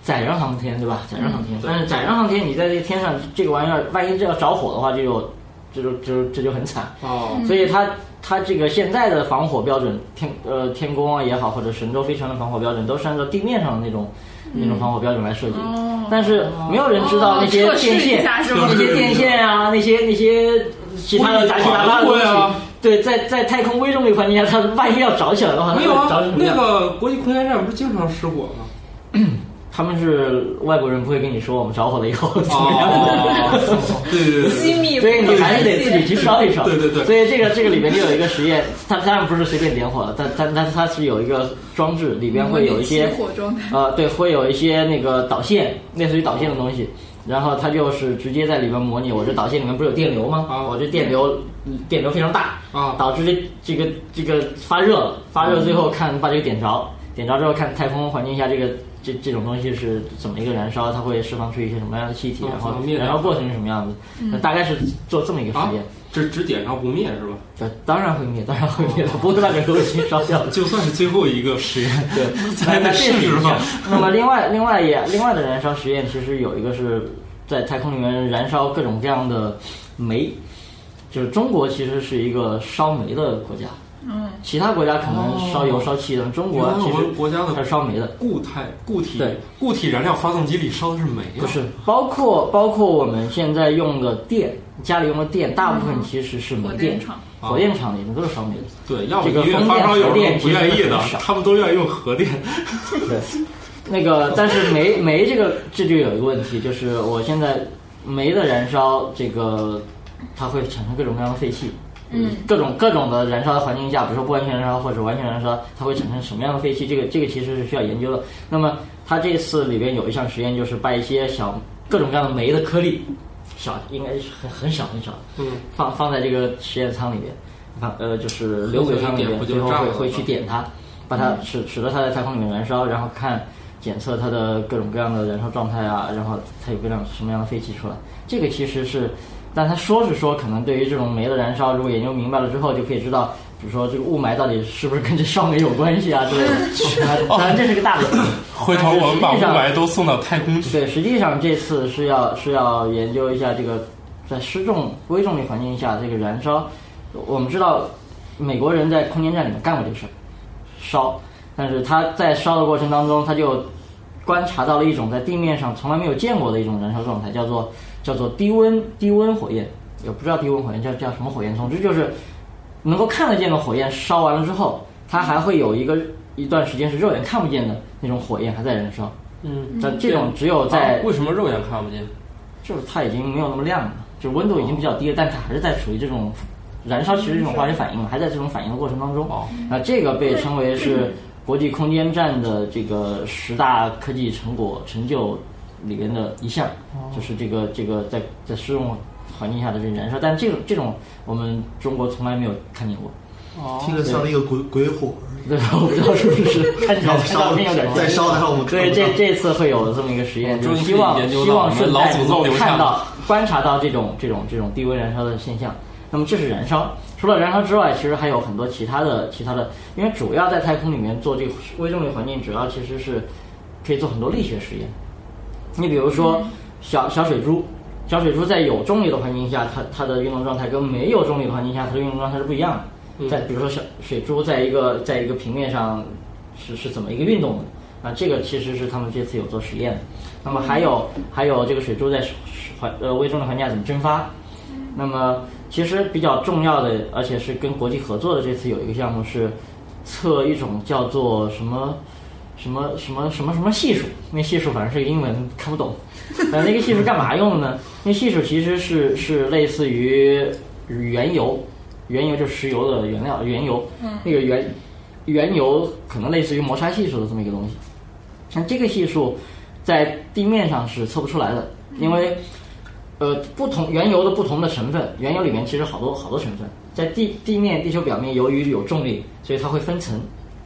[SPEAKER 5] 载人航天，对吧？
[SPEAKER 2] 嗯
[SPEAKER 5] 载人航天，但是载人航天你在这个天上这个玩意儿，万一这要着火的话，就有这就就这就很惨。
[SPEAKER 3] 哦，
[SPEAKER 2] 嗯
[SPEAKER 5] 所以它它这个现在的防火标准，天呃天宫啊也好，或者神舟飞船的防火标准，都是按照地面上的那种那种防火标准来设计的。
[SPEAKER 2] 嗯哦
[SPEAKER 5] 但是没有人知道那些
[SPEAKER 2] 哦测试
[SPEAKER 5] 电
[SPEAKER 2] 一
[SPEAKER 5] 线，
[SPEAKER 2] 下是吗
[SPEAKER 5] 那些电线啊，那些那些其他的杂七杂八的东
[SPEAKER 3] 不会
[SPEAKER 5] 西
[SPEAKER 3] 啊。
[SPEAKER 5] 对，在在太空微重力环境下，它万一要着起来的话，它
[SPEAKER 3] 没有
[SPEAKER 5] 会着
[SPEAKER 3] 啊
[SPEAKER 5] 成，什么
[SPEAKER 3] 那
[SPEAKER 5] 样？
[SPEAKER 3] 个国际空间站不是经常失火 吗？
[SPEAKER 5] 他们是外国人，不会跟你说我们着火了以后怎么样。
[SPEAKER 3] 哦，对对对对
[SPEAKER 6] 机密，
[SPEAKER 5] 所以你还是得自己去烧一烧。
[SPEAKER 3] 对对对
[SPEAKER 5] 所以这个这个里面就有一个实验，它当然不是随便点火，它它它它是有一个装置，里边会有一些
[SPEAKER 2] 起火状态。
[SPEAKER 5] 呃，对，会有一些那个导线，类似于导线的东西。然后它就是直接在里面模拟，我这导线里面不是有电流吗？
[SPEAKER 3] 啊
[SPEAKER 5] 我这电流电流非常大，
[SPEAKER 3] 啊，嗯
[SPEAKER 5] 导致这这个这个发热了，发热最后看把这个点着，点着之后看太空环境下这个这这种东西是怎么一个燃烧，它会释放出一些什么样的气体，
[SPEAKER 3] 嗯
[SPEAKER 5] 然后
[SPEAKER 3] 怎么灭掉
[SPEAKER 5] 燃烧过程是什么样子，那大概是做这么一个实验。
[SPEAKER 3] 啊这只点上不灭是吧？
[SPEAKER 5] 这当然会灭，当然会灭的，不会把整个卫星烧掉的。
[SPEAKER 3] 就算是最后一个实验，
[SPEAKER 5] 对，
[SPEAKER 3] 才能试试嘛。
[SPEAKER 5] 那么另外另外也另外的燃烧实验，其实有一个是在太空里面燃烧各种各样的煤，就是中国其实是一个烧煤的国家，
[SPEAKER 2] 嗯，哦
[SPEAKER 5] 其他国家可能烧油、烧气，但中
[SPEAKER 3] 原
[SPEAKER 5] 国
[SPEAKER 3] 来
[SPEAKER 5] 其
[SPEAKER 3] 我们
[SPEAKER 5] 实
[SPEAKER 3] 国家
[SPEAKER 5] 它
[SPEAKER 3] 的
[SPEAKER 5] 是烧煤的。
[SPEAKER 3] 固态固体
[SPEAKER 5] 对
[SPEAKER 3] 固体燃料发动机里烧的是煤啊，
[SPEAKER 5] 不是，包括包括我们现在用的电，家里用的电，大部分其实是煤
[SPEAKER 2] 嗯火
[SPEAKER 5] 电
[SPEAKER 2] 电厂，
[SPEAKER 3] 啊
[SPEAKER 5] 火电厂里面都是烧煤的。
[SPEAKER 3] 对，要不
[SPEAKER 5] 这个
[SPEAKER 3] 宁愿
[SPEAKER 5] 风
[SPEAKER 3] 发
[SPEAKER 5] 电
[SPEAKER 3] 烧友
[SPEAKER 5] 核电
[SPEAKER 3] 不愿
[SPEAKER 5] 其实
[SPEAKER 3] 意的
[SPEAKER 5] 很，少
[SPEAKER 3] 他们都愿意用核电。
[SPEAKER 5] 对，那个但是煤煤这个这就有一个问题，就是我现在煤的燃烧，这个它会产生各种各样的废气。
[SPEAKER 2] 嗯，
[SPEAKER 5] 各种各种的燃烧的环境下，比如说不完全燃烧或者完全燃烧，它会产生什么样的废气？这个这个其实是需要研究的。那么它这次里边有一项实验，就是把一些小各种各样的煤的颗粒，小应该是很很小很小，
[SPEAKER 3] 嗯，
[SPEAKER 5] 放放在这个实验仓里面，放呃就是流轨舱里面，
[SPEAKER 3] 所以
[SPEAKER 5] 最
[SPEAKER 3] 点不就
[SPEAKER 5] 后
[SPEAKER 3] 炸
[SPEAKER 5] 会
[SPEAKER 3] 了嗯
[SPEAKER 5] 会去点它，把它使使得它在太空里面燃烧，然后看检测它的各种各样的燃烧状态啊，然后它有各种什么样的废气出来。这个其实是，但他说是说，可能对于这种煤的燃烧，如果研究明白了之后，就可以知道。比如说，这个雾霾到底是不是跟这烧煤有关系啊？之类的，当然这是个大问题。
[SPEAKER 3] 回头我们把雾
[SPEAKER 5] 但是实际上
[SPEAKER 3] 霾都送到太空去。
[SPEAKER 5] 对，实际上这次是要是要研究一下这个在失重微重力环境下这个燃烧。我们知道美国人在空间站里面干过这个事儿，烧，但是他在烧的过程当中，他就观察到了一种在地面上从来没有见过的一种燃烧状态，叫做叫做低温低温火焰，也不知道低温火焰叫叫什么火焰，总之就是能够看得见的火焰烧完了之后，它还会有一个一段时间是肉眼看不见的那种火焰还在燃烧。
[SPEAKER 3] 嗯，
[SPEAKER 5] 但这种只有在
[SPEAKER 3] 啊为什么肉眼看不见？
[SPEAKER 5] 就是它已经没有那么亮了，就是温度已经比较低了，但它还是在处于这种燃烧，其实是一种化学反应嘛，还在这种反应的过程当中。
[SPEAKER 3] 哦，
[SPEAKER 5] 那这个被称为是国际空间站的这个十大科技成果成就里边的一项，就是这个这个在在失重环境下的这个燃烧，但这种这种我们中国从来没有看见过，
[SPEAKER 4] 听着像那个鬼鬼火，
[SPEAKER 5] 对吧？我不知道是不是，看起来
[SPEAKER 4] 然后
[SPEAKER 5] 看照
[SPEAKER 4] 烧
[SPEAKER 5] 片有点像
[SPEAKER 4] 再烧，然后我们
[SPEAKER 5] 所以这这次会有这么一个实验，就是希
[SPEAKER 3] 终
[SPEAKER 5] 望
[SPEAKER 3] 哦于可以研究到
[SPEAKER 5] 希望顺
[SPEAKER 3] 我们
[SPEAKER 5] 带
[SPEAKER 3] 老祖
[SPEAKER 5] 能
[SPEAKER 3] 宗
[SPEAKER 5] 够
[SPEAKER 3] 留下
[SPEAKER 5] 看
[SPEAKER 3] 的
[SPEAKER 5] 到观察到这种这种这种低温燃烧的现象。那么这是燃烧，除了燃烧之外，其实还有很多其他的其他的，因为主要在太空里面做这个微重力环境，主要其实是可以做很多力学实验。你比如说小小水珠，小水珠在有重力的环境下，它它的运动状态跟没有重力的环境下，它的运动状态是不一样的。
[SPEAKER 3] 嗯
[SPEAKER 5] 在比如说小水珠在一个在一个平面上是是怎么一个运动的？啊，这个其实是他们这次有做实验的。那么还有还有这个水珠在水水环呃微重力环境下怎么蒸发？那么其实比较重要的，而且是跟国际合作的，这次有一个项目是测一种叫做什么什么什么什么什么系数，那系数反正是个英文，看不懂。呃，那个系数干嘛用的呢？那系数其实是是类似于原油，原油就是石油的原料，原油，那个原原油可能类似于摩擦系数的这么一个东西。那这个系数在地面上是测不出来的，因为呃，不同原油的不同的成分，原油里面其实好多好多成分，在地地面地球表面，由于有重力，所以它会分层。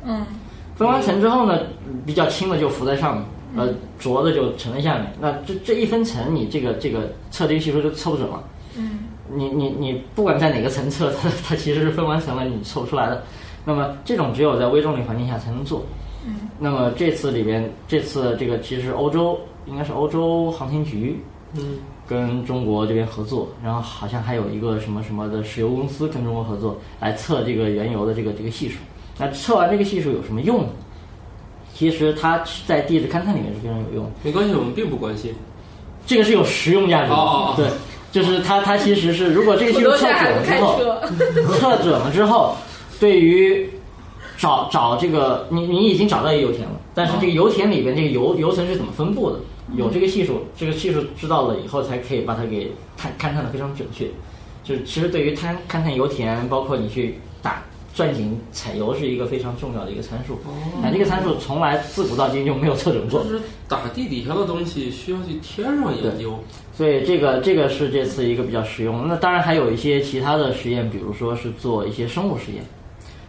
[SPEAKER 2] 嗯，
[SPEAKER 5] 分完层之后呢，比较轻的就浮在上面，呃，浊的就沉在下面。那这这一分层，你这个这个测这个系数就测不准了。
[SPEAKER 2] 嗯，
[SPEAKER 5] 你你你不管在哪个层测， 它它其实是分完层了，你测不出来的。那么这种只有在微重力环境下才能做。嗯，那么这次里边，这次这个其实欧洲应该是欧洲航天局
[SPEAKER 3] 嗯，
[SPEAKER 5] 跟中国这边合作，然后好像还有一个什么什么的石油公司跟中国合作来测这个原油的这个这个系数。那测完这个系数有什么用呢？其实它在地质勘探里面是非常有用的，
[SPEAKER 3] 没关系，我们并不关心。
[SPEAKER 5] 这个是有实用价值的。
[SPEAKER 3] 哦哦哦
[SPEAKER 5] 对，就是它它其实是，如果这个技术测准了之后，测准了之后，对于找找这个你你已经找到一个油田了，但是这个油田里边这个油油层是怎么分布的，有这个系数，这个系数知道了以后，才可以把它给探勘探的非常准确。就是其实对于探勘探油田，包括你去打钻井采油是一个非常重要的一个参数，哎但这个参数从来自古到今就没有测准过
[SPEAKER 3] 就。是打地底下的东西需要去天上研究，
[SPEAKER 5] 所以这个这个是这次一个比较实用的。那当然还有一些其他的实验，比如说是做一些生物实验。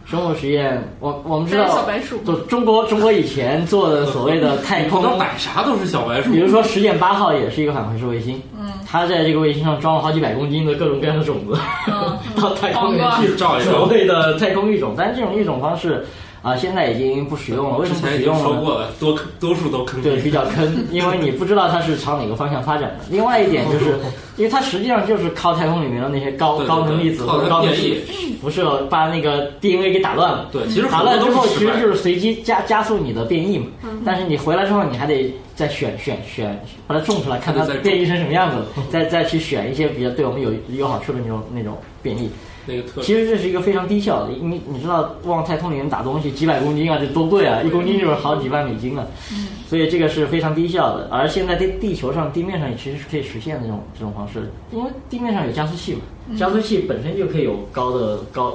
[SPEAKER 5] 生物实验，我我们知道，
[SPEAKER 2] 小白鼠
[SPEAKER 5] 就中国中国以前做的所谓的太 空
[SPEAKER 3] 不能摆啥都是小白鼠
[SPEAKER 5] 比。如说实验八号也是一个反回式卫星，嗯，它在这个卫星上装了好几百公斤的各种各样的种子，
[SPEAKER 2] 嗯
[SPEAKER 5] 到太空里去
[SPEAKER 3] 啊照一照
[SPEAKER 5] 所谓的太空育种，但是这种育种方式啊、现在已经不使用了。为什
[SPEAKER 3] 之
[SPEAKER 5] 么不
[SPEAKER 3] 前
[SPEAKER 5] 使
[SPEAKER 3] 已经
[SPEAKER 5] 用了
[SPEAKER 3] 说
[SPEAKER 5] 呢？
[SPEAKER 3] 过了，多坑多数都坑。
[SPEAKER 5] 对，比较坑，因为你不知道它是朝哪个方向发展的。另外一点 就是，因为它实际上就是靠太空里面的那些高
[SPEAKER 3] 对对对
[SPEAKER 5] 高能粒子
[SPEAKER 3] 靠
[SPEAKER 5] 或
[SPEAKER 3] 它
[SPEAKER 5] 者高能
[SPEAKER 3] 变异
[SPEAKER 5] 辐射把那个 DNA 给打乱了。
[SPEAKER 3] 对其实
[SPEAKER 5] 打
[SPEAKER 3] 很多
[SPEAKER 5] 乱之
[SPEAKER 3] 都是
[SPEAKER 5] 后
[SPEAKER 3] 失
[SPEAKER 5] 其实
[SPEAKER 3] 败
[SPEAKER 5] 就是随机加加速你的变异嘛。但是你回来之后，你还得再选选选，把它种出来，看它
[SPEAKER 3] 还得再种
[SPEAKER 5] 变异成什么样子，再再去选一些比较对我们有有好处的那种那种变异。
[SPEAKER 3] 那个特
[SPEAKER 5] 其实这是一个非常低效的，你你知道往太空里面打东西几百公斤啊，这多贵啊，一公斤就是好几万美金啊，所以这个是非常低效的。而现在地地球上地面上也其实是可以实现的这种这种方式，因为地面上有加速器嘛，加速器本身就可以有高的高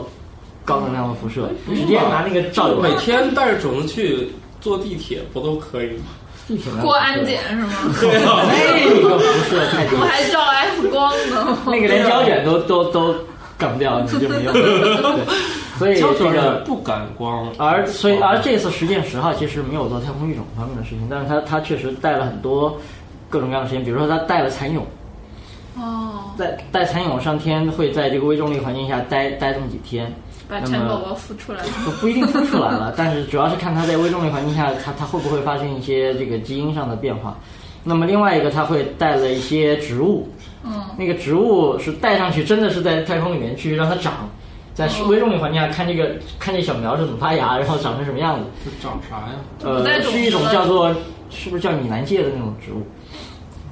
[SPEAKER 5] 高能量的辐射，直接拿那个照有
[SPEAKER 3] 每天带着种子去坐地铁不都可以吗？
[SPEAKER 5] 地铁
[SPEAKER 2] 过安检，是吗？
[SPEAKER 3] 对啊，
[SPEAKER 5] 那个辐射太低
[SPEAKER 2] 我
[SPEAKER 5] 了，
[SPEAKER 2] 还照 X 光呢。
[SPEAKER 5] 那个连胶卷都都都干不掉，你就没有。对，所以
[SPEAKER 3] 胶
[SPEAKER 5] 这
[SPEAKER 3] 卷
[SPEAKER 5] 个啊
[SPEAKER 3] 也不敢光。
[SPEAKER 5] 而所以而这次实践十号其实没有做太空育种方面的事情，但是它它确实带了很多各种各样的实验，比如说它带了蚕蛹，
[SPEAKER 2] 哦，
[SPEAKER 5] 带带蚕蛹上天会在这个微重力环境下待待这么几天，
[SPEAKER 2] 把
[SPEAKER 5] 那
[SPEAKER 2] 蚕宝
[SPEAKER 5] 么
[SPEAKER 2] 宝孵出来。
[SPEAKER 5] 不不一定孵出来了，但是主要是看它在微重力环境下它它会不会发生一些这个基因上的变化。那么另外一个，它会带了一些植物，
[SPEAKER 2] 嗯，
[SPEAKER 5] 那个植物是带上去，真的是在太空里面去让它长，在微重力环境下看这个看这小苗是怎么发芽，然后长成什么样子。
[SPEAKER 3] 这长啥呀？
[SPEAKER 2] 不带
[SPEAKER 5] 呃，
[SPEAKER 2] 种
[SPEAKER 5] 是一
[SPEAKER 2] 子
[SPEAKER 5] 种
[SPEAKER 2] 了
[SPEAKER 5] 叫做是不是叫拟南芥的那种植物？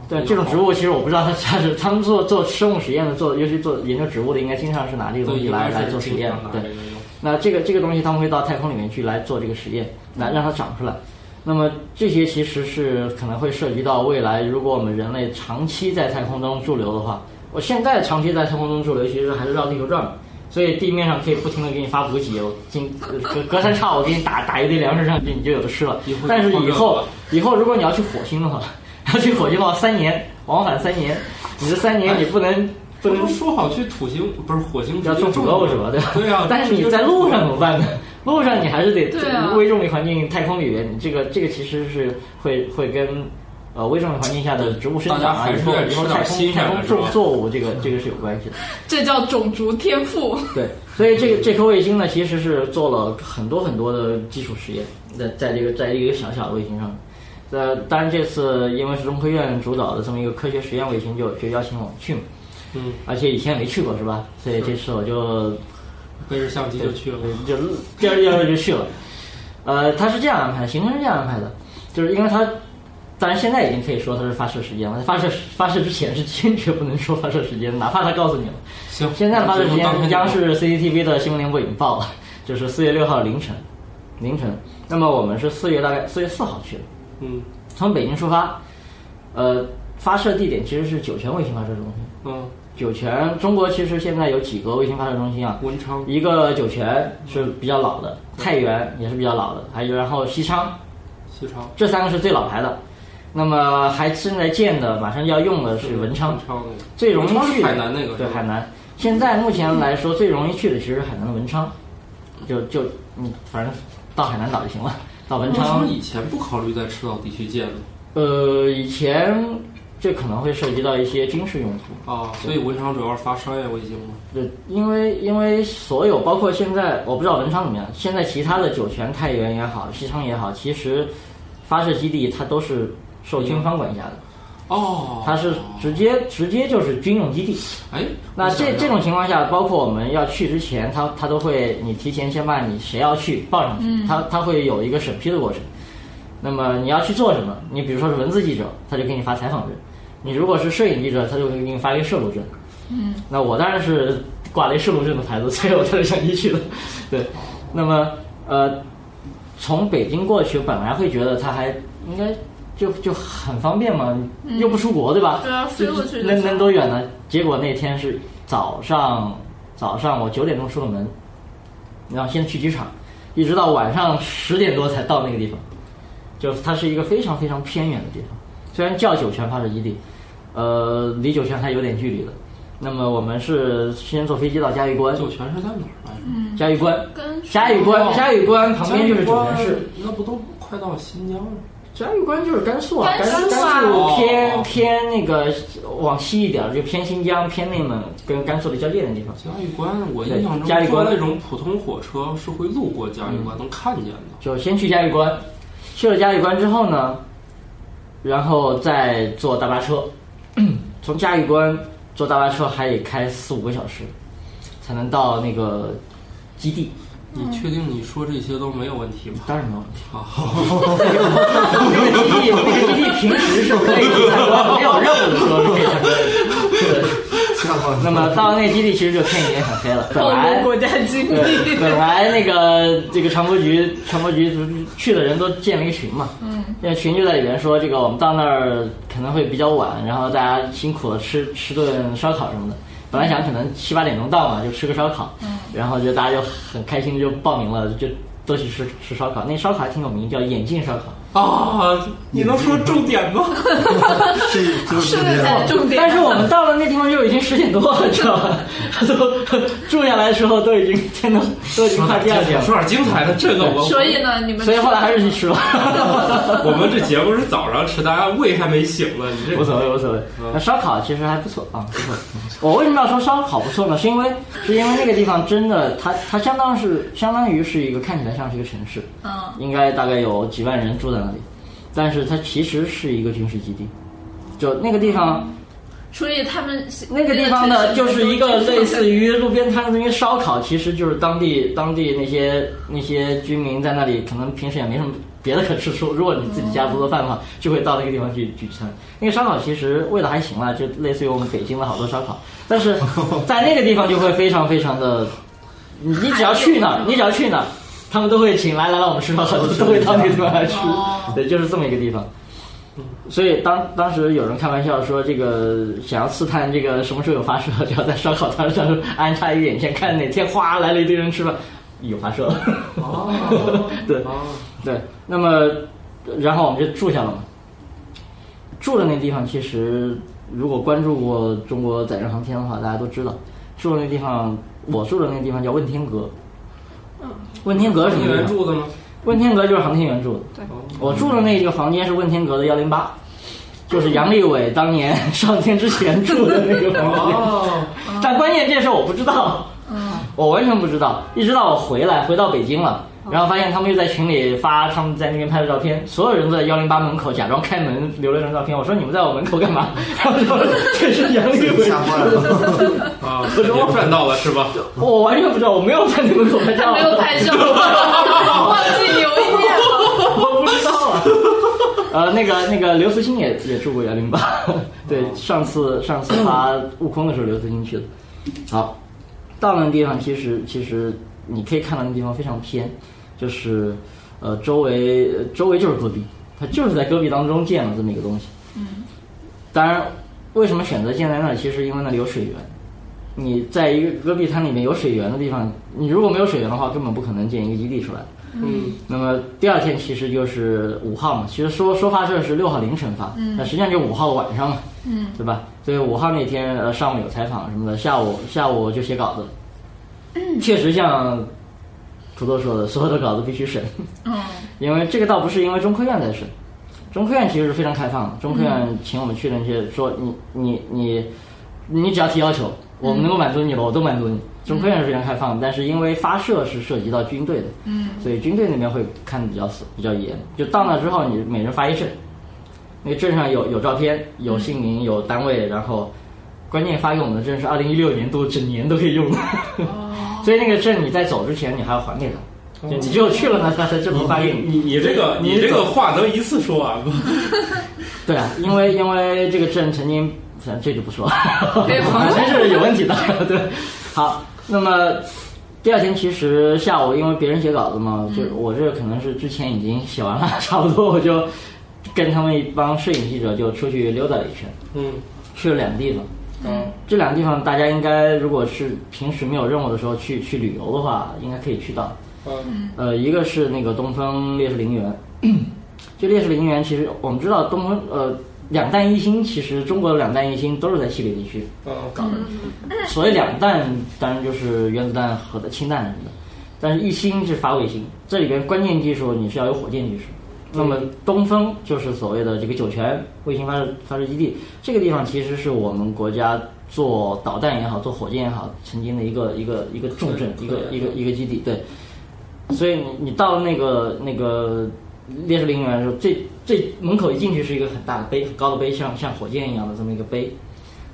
[SPEAKER 5] 对，这种植物其实我不知道它它是他们做做生物实验的，做尤其做研究植物的，应该经常是拿这个
[SPEAKER 3] 都
[SPEAKER 5] 东西
[SPEAKER 3] 应该
[SPEAKER 5] 来
[SPEAKER 3] 是
[SPEAKER 5] 来做实验
[SPEAKER 3] 经常。拿
[SPEAKER 5] 对
[SPEAKER 3] 这，个用
[SPEAKER 5] 那这个这个东西他们会到太空里面去来做这个实验，来让它长出来。那么这些其实是可能会涉及到未来，如果我们人类长期在太空中驻留的话，我现在长期在太空中驻留，其实还是绕地球转嘛，所以地面上可以不停的给你发补给，我今隔隔三差五给你打打一堆粮食上去，你就有的吃了
[SPEAKER 3] 以后。
[SPEAKER 5] 但是以后
[SPEAKER 3] 就
[SPEAKER 5] 以后如果你要去火星的话， 要去火星的话，三年往返三年，你这三年你不能
[SPEAKER 3] 不
[SPEAKER 5] 不能
[SPEAKER 3] 能说好去土星，不是火星
[SPEAKER 5] 要种土豆是吧？对吧？
[SPEAKER 3] 对啊
[SPEAKER 5] 但是你在路上怎么办呢？ 路上你还是得
[SPEAKER 2] 对啊
[SPEAKER 5] 微重力环境、太空里面，你这个这个其实是会会跟呃微重力环境下的植物生
[SPEAKER 3] 大
[SPEAKER 5] 长
[SPEAKER 3] 家
[SPEAKER 5] 啊，
[SPEAKER 3] 还
[SPEAKER 5] 以
[SPEAKER 3] 是
[SPEAKER 5] 后
[SPEAKER 3] 要
[SPEAKER 5] 以后
[SPEAKER 3] 吃点
[SPEAKER 5] 太
[SPEAKER 3] 新
[SPEAKER 5] 空
[SPEAKER 3] 鲜
[SPEAKER 5] 太
[SPEAKER 3] 的
[SPEAKER 5] 空
[SPEAKER 3] 是
[SPEAKER 5] 种
[SPEAKER 3] 吧
[SPEAKER 5] 作物这个这个是有关系的。
[SPEAKER 2] 这叫种族天赋。
[SPEAKER 5] 对，所以这个这颗卫星呢，其实是做了很多很多的基础实验，在在这个在一个小小的卫星上。呃，当然这次因为是中科院主导的这么一个科学实验卫星就，就邀请我去嘛。
[SPEAKER 3] 嗯，
[SPEAKER 5] 而且以前没去过是吧？所以这次我就
[SPEAKER 3] 背着相机就去了。
[SPEAKER 5] 就第二第二天就去了。呃，他是这样安排，行程是这样安排的，就是因为他，当然现在已经可以说他是发射时间了。发射发射之前是坚决不能说发射时间，哪怕他告诉你了。
[SPEAKER 3] 行，
[SPEAKER 5] 现在发射时
[SPEAKER 3] 那就当
[SPEAKER 5] 间
[SPEAKER 3] 天
[SPEAKER 5] 央
[SPEAKER 3] 就
[SPEAKER 5] 视 CCTV 的新闻联播引爆了，就是四月六号凌晨，凌晨。那么我们是四月大概四月四号去的，
[SPEAKER 3] 嗯
[SPEAKER 5] 从北京出发，呃，发射地点其实是酒泉卫星发射中心。
[SPEAKER 3] 嗯，
[SPEAKER 5] 酒泉，中国其实现在有几个卫星发射中心啊？
[SPEAKER 3] 文昌
[SPEAKER 5] 一个酒泉是比较老的，太原也是比较老的，还有然后西昌，
[SPEAKER 3] 西昌
[SPEAKER 5] 这三个是最老牌的。那么还正在建的，马上要用的是文昌
[SPEAKER 3] 文，昌那个
[SPEAKER 5] 最容易
[SPEAKER 3] 文昌
[SPEAKER 5] 去
[SPEAKER 3] 是
[SPEAKER 5] 的
[SPEAKER 3] 海南那个
[SPEAKER 5] 对海南。现在目前来说最容易去的其实是海南的文昌，就就你反正到海南岛就行了，到文
[SPEAKER 3] 文
[SPEAKER 5] 昌
[SPEAKER 3] 昌。以前不考虑在赤道地区建的
[SPEAKER 5] 呃，以前这可能会涉及到一些军事用途，
[SPEAKER 3] 啊，所以文昌主要是发商业卫星嘛。
[SPEAKER 5] 对，因为因为所有包括现在，我不知道文昌怎么样，现在其他的酒泉、太原也好，西昌也好，其实发射基地它都是受军方管辖的，
[SPEAKER 3] 哦，
[SPEAKER 5] 它是直接直接就是军用基地。
[SPEAKER 3] 哎，
[SPEAKER 5] 那
[SPEAKER 3] 我想
[SPEAKER 5] 这
[SPEAKER 3] 想
[SPEAKER 5] 这种情况下，包括我们要去之前，他他都会你提前先把你谁要去报上
[SPEAKER 3] 嗯
[SPEAKER 5] 去，他他会有一个审批的过程。那么你要去做什么？你比如说是文字记者，他就给你发采访证；你如果是摄影记者，他就会给你发一个摄录证。嗯，那我当然是挂了一摄录证的牌子，所以我特别想进去的。对，那么呃，从北京过去，本来会觉得它还应该就就很方便嘛，
[SPEAKER 3] 嗯
[SPEAKER 5] 又不出国，对吧？
[SPEAKER 2] 对啊飞过去就
[SPEAKER 5] 能
[SPEAKER 2] 行
[SPEAKER 5] 能多远呢？结果那天是早上，早上我九点钟出了门，然后先去机场，一直到晚上十点多才到那个地方。就它是一个非常非常偏远的地方，虽然叫酒泉发射基地，呃，离酒泉还有点距离的。那么我们是先坐飞机到嘉峪关，
[SPEAKER 3] 酒泉是在哪儿来着？哦
[SPEAKER 5] 嘉峪关，
[SPEAKER 2] 跟啊
[SPEAKER 5] 嘉峪嗯关，嘉峪关旁边就是酒泉市，，
[SPEAKER 3] 那不都快到新疆了？
[SPEAKER 5] 嘉峪关就是甘肃啊，
[SPEAKER 2] 甘
[SPEAKER 5] 甘
[SPEAKER 2] 肃啊
[SPEAKER 5] 甘
[SPEAKER 3] 哦
[SPEAKER 5] 肃
[SPEAKER 3] 哦
[SPEAKER 5] 偏偏那个往西一点儿，就偏新疆、偏内蒙跟甘肃的交界的地方。
[SPEAKER 3] 嘉峪关，我印象中
[SPEAKER 5] 对嘉峪关嗯
[SPEAKER 3] 坐那种普通火车是会路过嘉峪关，能看见的。
[SPEAKER 5] 就先去嘉峪关，去了嘉峪关之后呢，然后再坐大巴车，从嘉峪关坐大巴车还得开四五个小时，才能到那个基地。
[SPEAKER 3] 你确定你说这些都没有问题吗？
[SPEAKER 5] 当然没有问题，
[SPEAKER 3] 啊，
[SPEAKER 5] 那个基地，那个基地平时是可以去参观，没有任务的时候是可以参观的。是的
[SPEAKER 4] 吓到
[SPEAKER 5] 那么到那基地其实就天已经很黑了，本
[SPEAKER 2] 透
[SPEAKER 5] 来
[SPEAKER 2] 露国家机密，
[SPEAKER 5] 对，本来那个这个传播局，传播局去的人都建了一个群嘛，嗯，那群就在里面说，这个我们到那儿可能会比较晚，然后大家辛苦了吃吃顿烧烤什么的。本来想可能七八点钟到嘛，就吃个烧烤，嗯，然后就大家就很开心就报名了，就都去吃吃烧烤。那烧烤还挺有名，叫眼镜烧烤。
[SPEAKER 3] 啊，你能说重点 吗？
[SPEAKER 4] 这就是
[SPEAKER 2] 说的才是
[SPEAKER 4] 这
[SPEAKER 2] 重点。
[SPEAKER 5] 但是我们到了那地方就已经十点多了，知道吧？ 都住下来的时候都已经天都都已经 快第二天了，
[SPEAKER 3] 说点精彩的，这个我
[SPEAKER 2] 所以呢，你们
[SPEAKER 5] 所以后来还是去吃了。
[SPEAKER 3] 我们这节目是早上吃，大家胃还没醒呢。你这
[SPEAKER 5] 无所谓，无所谓。那烧烤其实还不错啊，不错。 我为什么要说烧烤不错呢？是因为是因为那个地方真的，它它相当是相当于是一个看起来像是一个城市，
[SPEAKER 2] 嗯，
[SPEAKER 5] 应该大概有几万人住在那里，但是它其实是一个军事基地。就那个地方，
[SPEAKER 2] 所以他们
[SPEAKER 5] 那个地方呢，就是一个类似于路边摊子，因为烧烤其实就是当地当地那些那些居民在那里，可能平时也没什么别的可吃。说如果你自己家不做饭的话，就会到那个地方去聚餐。那个烧烤其实味道还行啦，就类似于我们北京的好多烧烤，但是在那个地方就会非常非常的，你你只要去那儿，你只要去那儿，他们都会请来来来我们吃 烧烤，都会到那个地方来吃。对，就是这么一个地方。所以当当时有人开玩笑说，这个想要刺探这个什么时候有发射，就要在烧烤摊上安插一个眼线，看哪天哗来了一堆人吃饭，有发射了。
[SPEAKER 3] 哦，
[SPEAKER 5] 对对，那么然后我们就住下了嘛。住的那地方其实，如果关注过中国载人航天的话，大家都知道，住的那地方，我住的那地方叫问天阁。问天阁是什
[SPEAKER 3] 你
[SPEAKER 5] 么
[SPEAKER 3] 原
[SPEAKER 5] 地方？
[SPEAKER 3] 住的吗？
[SPEAKER 5] 问天阁就是航天员住的。
[SPEAKER 3] 哦
[SPEAKER 5] 我住的那个房间是问天阁的幺零八，就是杨利伟当年上天之前住的那个房间。
[SPEAKER 3] 哦，
[SPEAKER 5] 但关键这事儿我不知道，
[SPEAKER 2] 嗯
[SPEAKER 5] 我完全不知道，一直到我回来回到北京了，
[SPEAKER 2] 嗯
[SPEAKER 5] 然后发现他们又在群里发他们在那边拍的照片，所有人都在幺零八门口假装开门留了张照片。我说你们在我门口干嘛？然后说这是杨利
[SPEAKER 4] 个
[SPEAKER 5] 伟
[SPEAKER 4] 吓坏了。
[SPEAKER 3] 啊，我赚到了是吧？
[SPEAKER 5] 我完全不知道，我没有在那门口拍
[SPEAKER 2] 他
[SPEAKER 5] 照，
[SPEAKER 2] 没有拍照，忘记留念了。
[SPEAKER 5] 我不知道啊。呃，那个那个刘慈欣也也住过幺零八， 对，上次上次他悟空的时候，刘慈欣去的。好，到那地方其实其实你可以看到那地方非常偏，就是呃周围呃周围就是戈壁，它就是在戈壁当中建了这么一个东西。嗯，当然，为什么选择建在那儿？其实因为那里有水源。你在一个戈壁滩里面有水源的地方，你如果没有水源的话，根本不可能建一个基地出来。
[SPEAKER 3] 嗯，
[SPEAKER 5] 那么第二天其实就是五号嘛，其实说说发射是六号凌晨发，那实际上就五号晚上嘛，
[SPEAKER 2] 嗯，
[SPEAKER 5] 对吧？所以五号那天呃上午有采访什么的，下午下午就写稿子，确实像土豆说的，所有的稿子必须审，
[SPEAKER 2] 嗯，
[SPEAKER 5] 因为这个倒不是因为中科院在审，中科院其实是非常开放的，中科院请我们去的那些说你你你你只要提要求，我们能够满足你了，我都满足你。中科院是非常开放的，但是因为发射是涉及到军队的，
[SPEAKER 2] 嗯，
[SPEAKER 5] 所以军队那边会看的比较死，比较严。就到那之后，你每人发一证，那个证上有有照片、有姓名、有单位，然后关键发给我们的证 是二零一六年度整年都可以用的，所以那个证你在走之前你还要还给他。
[SPEAKER 3] 哦，
[SPEAKER 5] 就你只有去了呢，它才正常发
[SPEAKER 3] 你
[SPEAKER 5] 应。
[SPEAKER 3] 你你这个
[SPEAKER 5] 你
[SPEAKER 3] 你这个话能一次说完吗？
[SPEAKER 5] 对啊，因为因为这个证曾经，算了这就不说了，
[SPEAKER 2] 对
[SPEAKER 5] 本身是有问题的。对，好，那么第二天其实下午，因为别人写稿子嘛，就我这可能是之前已经写完了， 差不多我就跟他们一帮摄影记者就出去溜达了一圈，
[SPEAKER 3] 嗯
[SPEAKER 5] 去了两个地方。
[SPEAKER 3] 嗯
[SPEAKER 5] 这两个地方大家应该如果是平时没有任务的时候去去旅游的话，应该可以去到。
[SPEAKER 3] 嗯
[SPEAKER 5] 呃，一个是那个东风烈士陵园，这烈士陵园其实我们知道东风呃两弹一星，其实中国的两弹一星都是在西北地区。
[SPEAKER 3] 嗯，搞的
[SPEAKER 5] 所谓两弹，当然就是原子弹和的氢弹什么的，但是一星是发卫星，这里边关键技术你是要有火箭技术。那么东风就是所谓的这个酒泉卫星发射发射基地，这个地方其实是我们国家做导弹也好，做火箭也好，曾经的一个一个一个重镇，一个一个一个基地。对，所以你你到那个那个烈士陵园的时候，最最门口一进去是一个很大的碑，很高的碑，像像火箭一样的这么一个碑，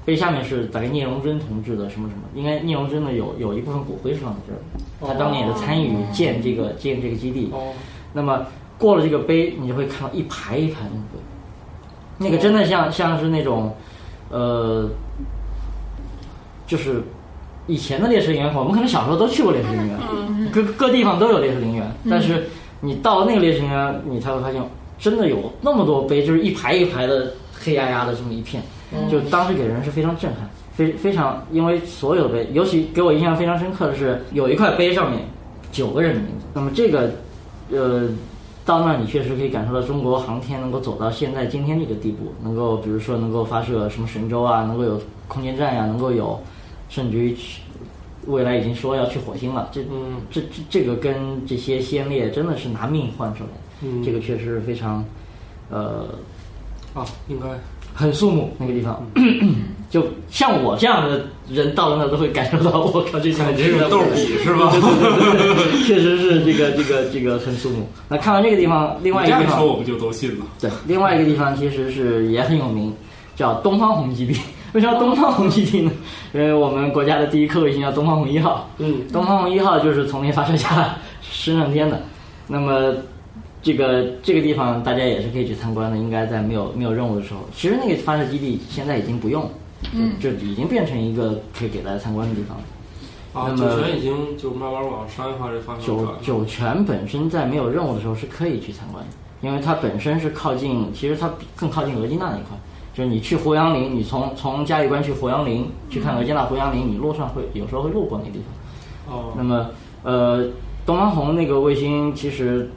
[SPEAKER 5] 碑下面是大概聂荣臻同志的什么什么，应该聂荣臻的有有一部分骨灰是放在这儿的，他当年也是参与建这个建这个基地。
[SPEAKER 3] 哦，
[SPEAKER 5] 那么过了这个碑，你就会看到一排一排的墓碑，那个真的像像是那种，呃，就是以前的烈士陵园，我们可能小时候都去过烈士陵园，各各地方都有烈士陵园，但是你到了那个烈士陵园，你才会发现真的有那么多碑，就是一排一排的黑压压的这么一片，就当时给人是非常震撼。非非常，因为所有的碑，尤其给我印象非常深刻的是，有一块碑上面九个人的名字。那么这个呃，到那儿你确实可以感受到中国航天能够走到现在今天这个地步，能够比如说能够发射什么神舟啊，能够有空间站呀、能够有，甚至于去未来已经说要去火星了，这
[SPEAKER 3] 嗯
[SPEAKER 5] 这这这个跟这些先烈真的是拿命换出来的，
[SPEAKER 3] 嗯
[SPEAKER 5] 这个确实是非常呃
[SPEAKER 3] 啊，应该
[SPEAKER 5] 很肃穆那个地方。
[SPEAKER 3] 嗯
[SPEAKER 5] 就像我这样的人到了那儿都会感受到，我靠，这
[SPEAKER 3] 感
[SPEAKER 5] 场
[SPEAKER 3] 觉是逗比是吧？
[SPEAKER 5] 确实是这个这个这个很肃穆。那看完这个地方，另外一
[SPEAKER 3] 你
[SPEAKER 5] 个
[SPEAKER 3] 这
[SPEAKER 5] 地
[SPEAKER 3] 样
[SPEAKER 5] 方
[SPEAKER 3] 说我们就都信了。
[SPEAKER 5] 对，另外一个地方其实是也很有名，叫东方红基地。 为什么叫东方红基地呢？因为我们国家的第一颗卫星叫东方红一号，
[SPEAKER 3] 嗯
[SPEAKER 5] 东方红一号就是从那发射架升上天的。那么，这个这个地方大家也是可以去参观的，应该在没有没有任务的时候。其实那个发射基地现在已经不用了，
[SPEAKER 2] 嗯
[SPEAKER 5] 就就已经变成一个可以给大家参观的地方了。
[SPEAKER 3] 啊，
[SPEAKER 5] 那么
[SPEAKER 3] 酒泉已经就慢慢往商业化这方向
[SPEAKER 5] 酒
[SPEAKER 3] 转了。
[SPEAKER 5] 酒泉本身在没有任务的时候是可以去参观的，因为它本身是靠近，其实它比更靠近额济纳那一块。就是你去胡杨林，你从从嘉峪关去胡杨林去看额济纳胡杨林，你路上会有时候会路过那个地方。那
[SPEAKER 3] 哦，
[SPEAKER 5] 么，呃，东方红那个卫星其实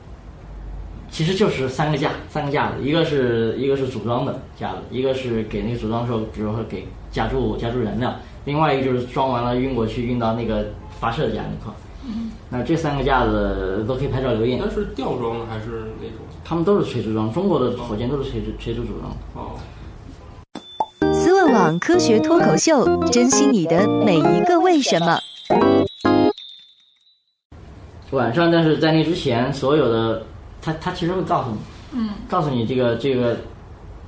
[SPEAKER 5] 其实就是三个架，三个架子，一个是一个是组装的架子，一个是给那个组装的时候，比如说给加注加注燃料，另外一个就是装完了运过去运到那个发射架那块儿。那这三个架子都可以拍照留念
[SPEAKER 3] 那，是吊装的还是那种？
[SPEAKER 5] 它们都是垂直装，中国的火箭都是垂直垂直组装的。
[SPEAKER 3] 哦，
[SPEAKER 6] 思问网科学脱口秀，珍惜你的每一个为什么。
[SPEAKER 5] 晚上，但是在那之前，所有的他他其实会告诉你，
[SPEAKER 2] 嗯，
[SPEAKER 5] 告诉你这个这个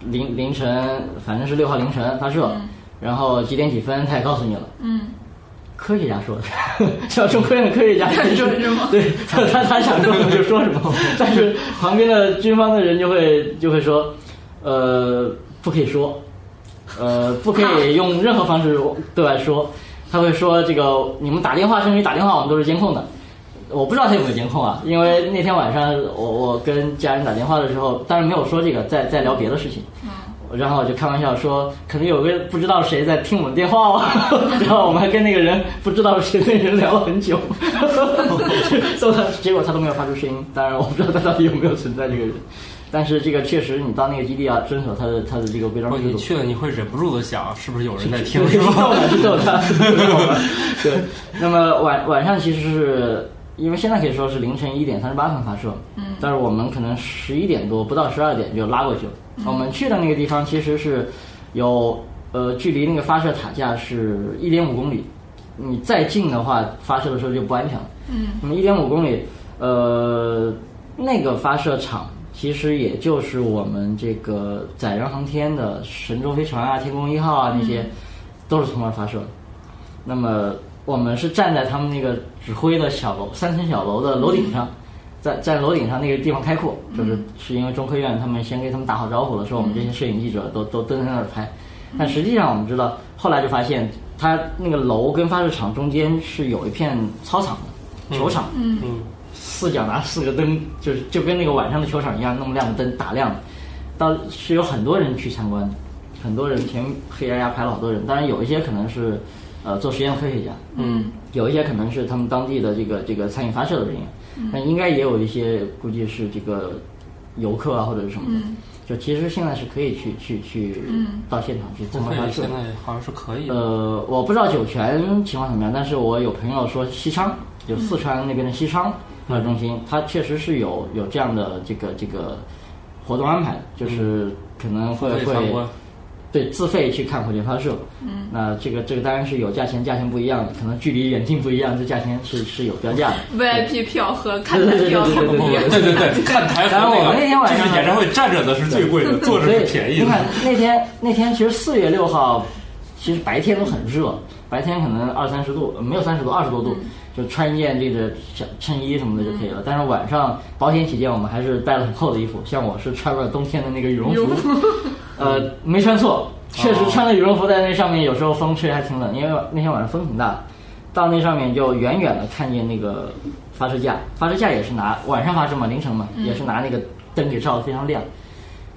[SPEAKER 5] 凌凌晨，反正是六号凌晨发射，然后几点几分，他也告诉你了。
[SPEAKER 2] 嗯，
[SPEAKER 5] 科学家说的， 小中科院的科学家
[SPEAKER 2] 说什么
[SPEAKER 5] 对，他他他想说什么就说什 么，但是旁边的军方的人就会就会说，呃，不可以说，呃，不可以用任何方式对外说，他会说这个你们打电话，甚至于打电话我们都是监控的，我不知道他有没有监控啊，因为那天晚上我我跟家人打电话的时候，当然没有说这个，在在聊别的事情。然后我就开玩笑说，可能有个不知道谁在听我们电话哦，然后我们还跟那个人不知道谁那人聊了很久，都他结果他都没有发出声音。当然我不知道他到底有没有存在这个人，但是这个确实你到那个基地要遵守他的他的这个规
[SPEAKER 3] 然
[SPEAKER 5] 章
[SPEAKER 3] 后
[SPEAKER 5] 制
[SPEAKER 3] 哦你
[SPEAKER 5] 度。
[SPEAKER 3] 去了，你会忍不住的想，是不是有人在听？
[SPEAKER 5] 去
[SPEAKER 3] 是
[SPEAKER 5] 逗
[SPEAKER 3] 吧？
[SPEAKER 5] 他，去逗他，对。那么晚晚上其实是因为现在可以说是凌晨一点三十八分发射，嗯，但是我们可能十一点多不到十二点就拉过去了。我们去的那个地方其实是有呃距离那个发射塔架是一点五公里，你再近的话发射的时候就不安全了。嗯，那么一点五公里，呃，那个发射场。其实也就是我们这个载人航天啊的神舟飞船啊、天宫一号啊那些，都是从那儿发射的。那么我们是站在他们那个指挥的小楼三层小楼的楼顶上，在在楼顶上那个地方开阔，就是是因为中科院他们先给他们打好招呼了，说我们这些摄影记者都都蹲在那儿拍，但实际上我们知道，后来就发现它那个楼跟发射场中间是有一片操场的球场，
[SPEAKER 2] 嗯
[SPEAKER 3] 嗯，
[SPEAKER 5] 四脚拿四个灯，就是就跟那个晚上的球场一样，那么亮的灯打亮的，到是有很多人去参观的，很多人前黑压压排了好多人，当然有一些可能是呃做实验的科学家，
[SPEAKER 3] 嗯，
[SPEAKER 5] 有一些可能是他们当地的这个这个参与发射的人员，但应该也有一些估计是这个游客啊或者是什么的。就其实现在是可以去去去到现场去
[SPEAKER 3] 不
[SPEAKER 5] 参
[SPEAKER 3] 会
[SPEAKER 5] 观发，射
[SPEAKER 3] 现，在好像是可以的。
[SPEAKER 5] 呃，我不知道酒泉情况怎么样，但是我有朋友说西昌，就四川那边的西昌
[SPEAKER 3] 嗯
[SPEAKER 5] 发射中心，它确实是有有这样的这个这个活动安排，就是可能会
[SPEAKER 3] 可以嗯参
[SPEAKER 5] 会
[SPEAKER 3] 观，
[SPEAKER 5] 对自费去看火箭发射。嗯，那这个这个当然是有价钱，价钱不一样的，可能距离远近不一样，这价钱是是有标价的。
[SPEAKER 2] ，VIP 票和看台票
[SPEAKER 5] 对对对对对
[SPEAKER 2] 不一样
[SPEAKER 3] 对对对，看台和
[SPEAKER 5] 然后我
[SPEAKER 3] 那
[SPEAKER 5] 们那天
[SPEAKER 3] 个
[SPEAKER 5] 晚
[SPEAKER 3] 就
[SPEAKER 5] 上
[SPEAKER 3] 是演唱会站着的是最贵 的，坐着
[SPEAKER 5] 所以
[SPEAKER 3] 是便宜
[SPEAKER 5] 你看
[SPEAKER 3] 的。
[SPEAKER 5] 那天那天其实四月六号，其实白天都很热，白天可能二三十度，呃没有三十度，二十多度，就穿一件这个小衬衣什么的就可以了。但是晚上保险起见，我们还是带了很厚的衣服，像我是穿了冬天的那个羽绒
[SPEAKER 2] 羽绒
[SPEAKER 5] 服，呃，没穿
[SPEAKER 3] 哦
[SPEAKER 5] 错，确实穿了羽绒服在那上面，有时候风吹还挺冷，因为那天晚上风挺大的。到那上面就远远的看见那个发射架，发射架也是拿晚上发射嘛，凌晨嘛，也是拿那个灯给照得非常亮。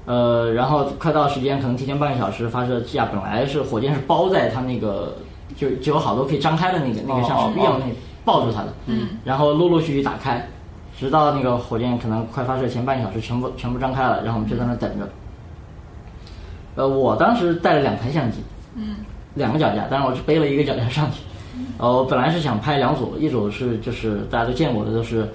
[SPEAKER 5] 呃，然后快到时间，可能提前半个小时发射架，本来是火箭是包在它那个就就有好多可以张开的那个那个像手臂一样的那个抱住它的，嗯，然后陆陆续续打开，直到那个火箭可能快发射前半个小时全部全部张开了，然后我们就在那等着。呃，我当时带了两台相机，两个脚架，但是我是背了一个脚架上去。呃，我本来是想拍两组，一组是就是大家都见过的，就是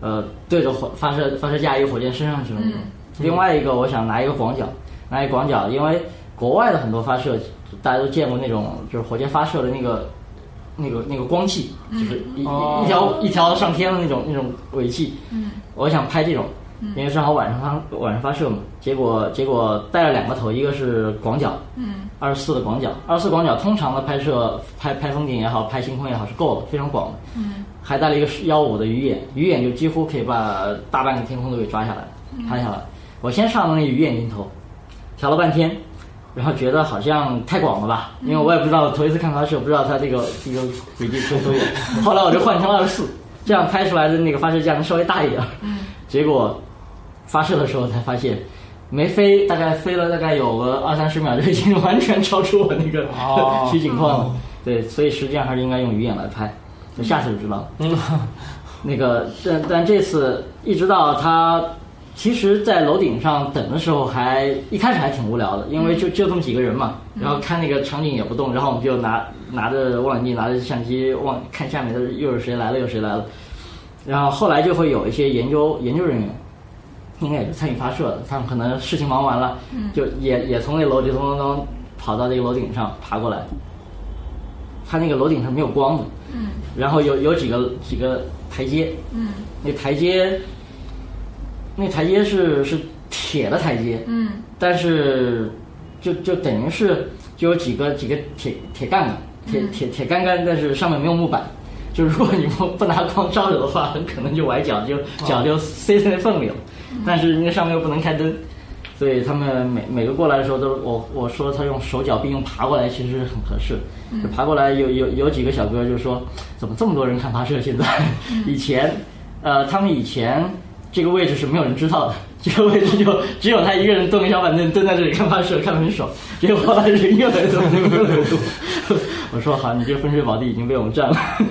[SPEAKER 5] 呃对着火发射发射架一个火箭升上去的那种。另外一个我想拿一个广角，拿一个广角，因为国外的很多发射大家都见过那种就是火箭发射的那个那个那个光器，就是一、
[SPEAKER 3] 哦
[SPEAKER 5] 一条一条上天的那种那种尾气。嗯，我想拍这种。因为正好晚上发晚上发射嘛，结果结果带了两个头，一个是广角，二十四的广角，二十四广角通常的拍摄拍拍风景也好，拍星空也好是够了，非常广的。嗯，还带了一个幺五的鱼眼，鱼眼就几乎可以把大半个天空都给抓下来，拍下来。我先上的那个鱼眼镜头，调了半天，然后觉得好像太广了吧，因为我也不知道头一次看发射，不知道它这个这个轨迹多多远。后来我就换成二十四，这样拍出来的那个发射架能稍微大一点。嗯，结果发射的时候才发现，没飞，大概飞了大概有个二三十秒，就已经完全超出我那个
[SPEAKER 3] 哦
[SPEAKER 5] 取景框了。对，所以实际上还是应该用鱼眼来拍，就下次就知道了。
[SPEAKER 3] 嗯，
[SPEAKER 5] 那个，但但这次一直到他，其实，在楼顶上等的时候还，一开始还挺无聊的，因为就就这么几个人嘛，然后看那个场景也不动，然后我们就拿拿着望远镜，拿着相机望看下面的又是谁来了，又是谁来了，然后后来就会有一些研究研究人员，应该也是参与发射的，他们可能事情忙完了，就也也从那楼里咚咚咚跑到这个楼顶上爬过来，它那个楼顶上没有光的，嗯，然后有有几个几个台阶，嗯，那台阶，那台阶是是铁的台阶，嗯，但是就就等于是就有几个几个铁铁杠杆，铁铁铁杠杆，但是上面没有木板。就如果你不不拿光照着的话，很可能就崴脚，就脚就塞在那缝里了。但是那上面又不能开灯，所以他们每每个过来的时候都是我我说他用手脚并用爬过来其实是很合适，就爬过来有有有几个小哥就说怎么这么多人看发射现在，以前呃他们以前这个位置是没有人知道的，这个位置就只有他一个人蹲个小板凳蹲在这里看发射看得很爽，结果后来人越来越多人越来越多， 我说好你这风水宝地已经被我们占了。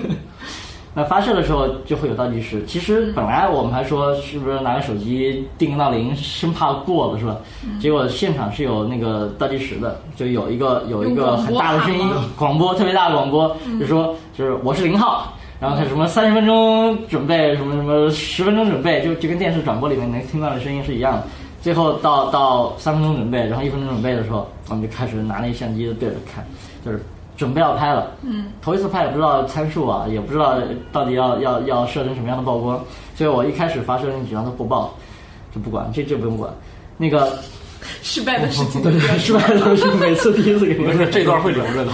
[SPEAKER 5] 那发射的时候就会有倒计时。其实本来我们还说是不是拿个手机定个闹铃，生怕过了是吧？
[SPEAKER 2] 嗯
[SPEAKER 5] 结果现场是有那个倒计时的，就有一个有一个很大的声音
[SPEAKER 2] 用广播喊吗啊
[SPEAKER 5] 广播，特别大的广播，就说就是我是零号。然后他什么三十分钟准备，什么什么十分钟准备，就就跟电视转播里面能听到的声音是一样的。最后到到三分钟准备，然后一分钟准备的时候，我们就开始拿那个相机就对着看，就是准备要拍了。嗯，头一次拍也不知道参数啊，也不知道到底要要要设成什么样的曝光，所以我一开始发射那几张都不报，就不管，这这不用管。那个
[SPEAKER 2] 失败的事情。
[SPEAKER 5] 对，失败的东西每次第一次给你
[SPEAKER 3] 没事，这段会留着的。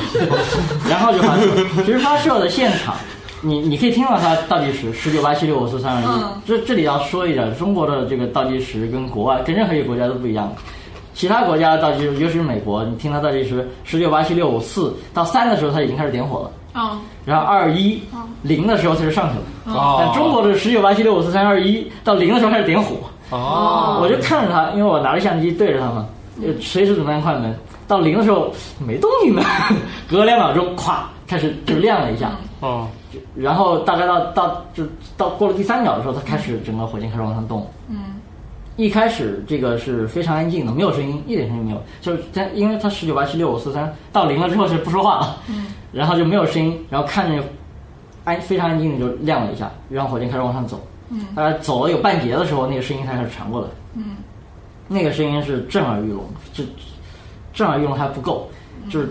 [SPEAKER 5] 然后就发射。其实发射的现场，你你可以听到它倒计时，十九、八、七、六、五、四、三、二、一
[SPEAKER 2] 嗯。
[SPEAKER 5] 这这里要说一下，中国的这个倒计时跟国外跟任何一个国家都不一样。其他国家的倒计时，尤其是美国，你听它倒计时十九、八、七、六、五、四到三的时候，它已经开始点火了。
[SPEAKER 2] 嗯，
[SPEAKER 5] 然后二一
[SPEAKER 2] 嗯
[SPEAKER 5] 零的时候它就上去了。
[SPEAKER 3] 哦
[SPEAKER 5] 但中国的十九、八、七、六、五、四、三、二、一到零的时候开始点火。
[SPEAKER 3] 哦，
[SPEAKER 5] 我就看着他，因为我拿着相机对着他嘛，呃随时准备按快门。到零的时候没动静呢， 隔两秒钟，咵开始就亮了一下，
[SPEAKER 3] 哦，
[SPEAKER 5] 然后大概到到就到过了第三秒的时候，它开始整个火箭开始往上动。
[SPEAKER 2] 嗯，
[SPEAKER 5] 一开始这个是非常安静的，没有声音，一点声音没有，就是它因为它十九八七六五四三到零了之后是不说话了，
[SPEAKER 2] 嗯，
[SPEAKER 5] 然后就没有声音，然后看着安非常安静的就亮了一下，让火箭开始往上走。
[SPEAKER 2] 嗯，
[SPEAKER 5] 大概走了有半截的时候，那个声音才开始传过来。
[SPEAKER 2] 嗯，
[SPEAKER 5] 那个声音是震耳欲聋，这震耳欲聋还不够，就是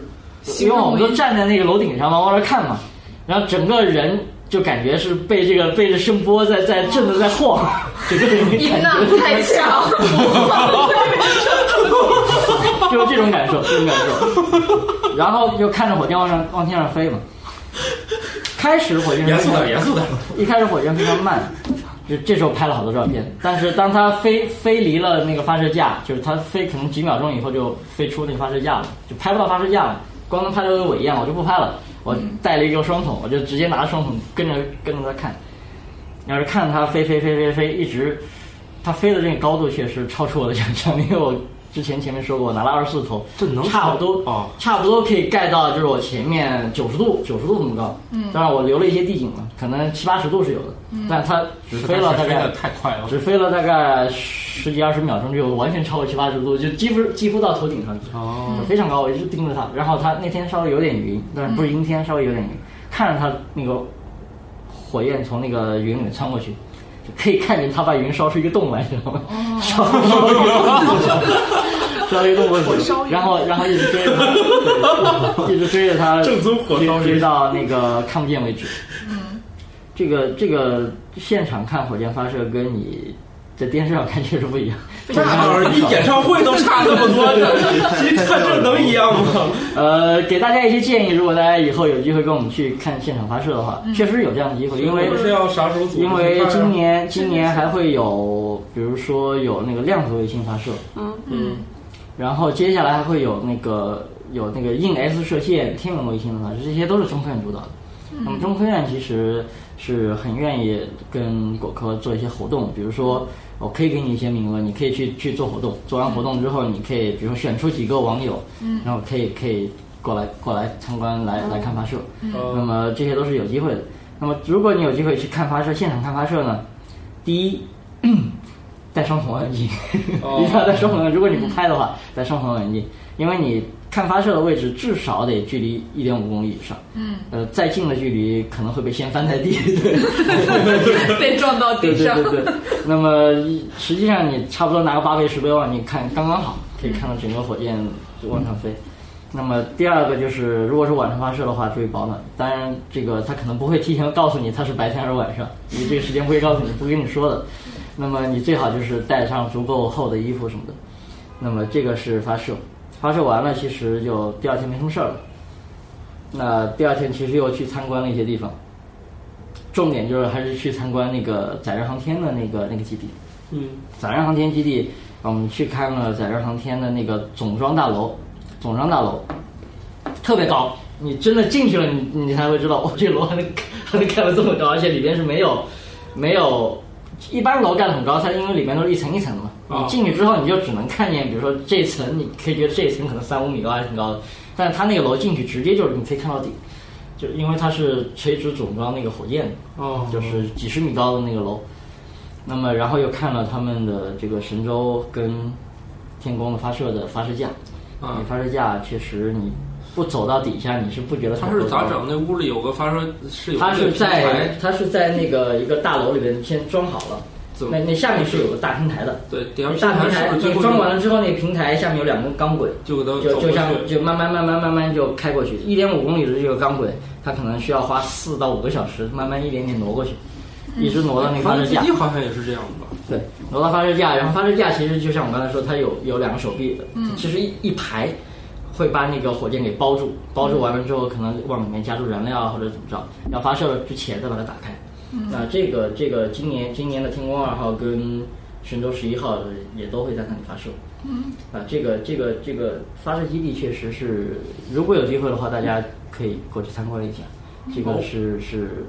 [SPEAKER 5] 因为我们都站在那个楼顶上嘛，往那看嘛，然后整个人就感觉是被这个被这声波在在震的在晃，整个人
[SPEAKER 2] 音
[SPEAKER 5] 感
[SPEAKER 2] 浪
[SPEAKER 5] 觉
[SPEAKER 2] 太强，
[SPEAKER 5] 就是这种感受，这种感受。然后就看着火箭往上往天上飞嘛。开始火箭
[SPEAKER 3] 严肃点，严肃点。
[SPEAKER 5] 一开始火箭非常慢，就这时候拍了好多照片。但是当它飞飞离了那个发射架，就是它飞可能几秒钟以后就飞出那个发射架了，就拍不到发射架了，光能拍到个尾焰，我就不拍了。我带了一个双筒，我就直接拿着双筒跟着跟着它看，要是看着它飞飞飞飞飞，一直它飞的这个高度确实超出我的想象，因为我之前前面说过，我拿了二十四头，
[SPEAKER 3] 这能
[SPEAKER 5] 差不多
[SPEAKER 3] 哦
[SPEAKER 5] 差不多可以盖到就是我前面九十度九十度这么高。嗯，当然我留了一些地景嘛，可能七八十度是有的，但它只飞了大
[SPEAKER 3] 飞
[SPEAKER 5] 概
[SPEAKER 3] 得太快了哦
[SPEAKER 5] 只。飞了大概十几二十秒钟，就完全超过七八十度，就几乎几乎到头顶上去。
[SPEAKER 3] 哦，
[SPEAKER 5] 非常高，我一直盯着它。然后它那天稍微有点云，但是不是阴天，稍微有点云，看着它那个火焰从那个云里面穿过去，就可以看见它把云烧出一个洞来，你知道吗？ 烧烧一个洞， 烧一个洞过去，然后然后一直追着它，对一直追着 它，
[SPEAKER 3] 正宗火烧
[SPEAKER 5] 追
[SPEAKER 3] 云
[SPEAKER 5] 追到那个看不见为止。嗯这个这个现场看火箭发射跟你在电视上看确实不一样，
[SPEAKER 3] 那耳一啊演唱会都差那么多 呢，你看这能一样吗？
[SPEAKER 5] 呃，给大家一些建议，如果大家以后有机会跟我们去看现场发射的话，确实有这样的机会，因为
[SPEAKER 3] 不是要啥时候组织去
[SPEAKER 5] 因
[SPEAKER 3] 看啊？
[SPEAKER 5] 为今年今年还会有，比如说有那个量子卫星发射，
[SPEAKER 3] 嗯，
[SPEAKER 5] 然后接下来还会有那个有那个硬 S 射线、天文卫星的发射，这些都是中科院主导的。那么中科院其实是很愿意跟果科做一些活动，比如说我可以给你一些名额，你可以去去做活动，做完活动之后，你可以比如说选出几个网友，然后可以可以过来过来参观来来看发射。那
[SPEAKER 3] 哦
[SPEAKER 5] 么这些都是有机会的。那么如果你有机会去看发射，现场看发射呢，第一。 戴双筒望远镜，
[SPEAKER 3] 哦
[SPEAKER 5] 一定要戴双筒望远镜。如果你不拍的话，戴双筒望远镜，因为你看发射的位置至少得距离一点五公里以上。
[SPEAKER 2] 嗯，
[SPEAKER 5] 呃，再近的距离可能会被掀翻在地。对，
[SPEAKER 2] 被撞到
[SPEAKER 5] 对
[SPEAKER 2] 地
[SPEAKER 5] 对
[SPEAKER 2] 上。
[SPEAKER 5] 对对。那么实际上你差不多拿个八倍、十倍望远镜看，刚刚好可以看到整个火箭就往上飞。那么第二个就是，如果是晚上发射的话，注意保暖。当然，这个他可能不会提前告诉你它是白天还是晚上，因为这个时间不会告诉你，不会跟你说的。那么你最好就是带上足够厚的衣服什么的。那么这个是发射，发射完了其实就第二天没什么事儿了。那第二天其实又去参观了一些地方，重点就是还是去参观那个载人航天的那个那个基地。
[SPEAKER 3] 嗯，
[SPEAKER 5] 载人航天基地，我们去看了载人航天的那个总装大楼，总装大楼特别高，你真的进去了，你你才会知道，哦，这楼还能还能盖得这么高，而且里边是没有没有。一般楼盖得很高，它因为里面都是一层一层的嘛。
[SPEAKER 3] 啊
[SPEAKER 5] 你进去之后，你就只能看见，比如说这层，你可以觉得这一层可能三五米高还挺高的，但是它那个楼进去直接就是你可以看到底，就因为它是垂直总装那个火箭的，
[SPEAKER 3] 哦，
[SPEAKER 5] 就是几十米高的那个楼。那么，然后又看了他们的这个神舟跟天宫的发射的发射架，
[SPEAKER 3] 啊
[SPEAKER 5] 那发射架确实你不走到底下你是不觉得
[SPEAKER 3] 他
[SPEAKER 5] 有
[SPEAKER 3] 是
[SPEAKER 5] 多
[SPEAKER 3] 咋
[SPEAKER 5] 高
[SPEAKER 3] 整？那屋里有个发射是有
[SPEAKER 5] 它
[SPEAKER 3] 那个
[SPEAKER 5] 是
[SPEAKER 3] 平台
[SPEAKER 5] 在它是在那个一个大楼里边先装好了，
[SPEAKER 3] 怎么
[SPEAKER 5] 那那下面是有个大平台的，
[SPEAKER 3] 对底下
[SPEAKER 5] 大平
[SPEAKER 3] 是
[SPEAKER 5] 台
[SPEAKER 3] 不是最
[SPEAKER 5] 你
[SPEAKER 3] 后
[SPEAKER 5] 装完了之后，那平台下面有两根钢轨，
[SPEAKER 3] 就给它
[SPEAKER 5] 就
[SPEAKER 3] 走过
[SPEAKER 5] 就像
[SPEAKER 3] 去？
[SPEAKER 5] 就慢慢慢慢慢慢就开过去，一点五公里的这个钢轨，它可能需要花四到五个小时，慢慢一点点挪过去。一直挪到那个发射
[SPEAKER 3] 飞
[SPEAKER 5] 架
[SPEAKER 3] 机，好像也是这样的吧？
[SPEAKER 5] 对，挪到发射架，然后发射架其实就像我刚才说，它有有两个手臂，其实一一排会把那个火箭给包住，包住完了之后，可能往里面加入燃料啊或者怎么着，要发射之前再把它打开。那这个这个今年今年的天宫二号跟神舟十一号也都会在那里发射。嗯，啊，这个这个这个发射基地确实是，如果有机会的话，大家可以过去参观一下，这个是是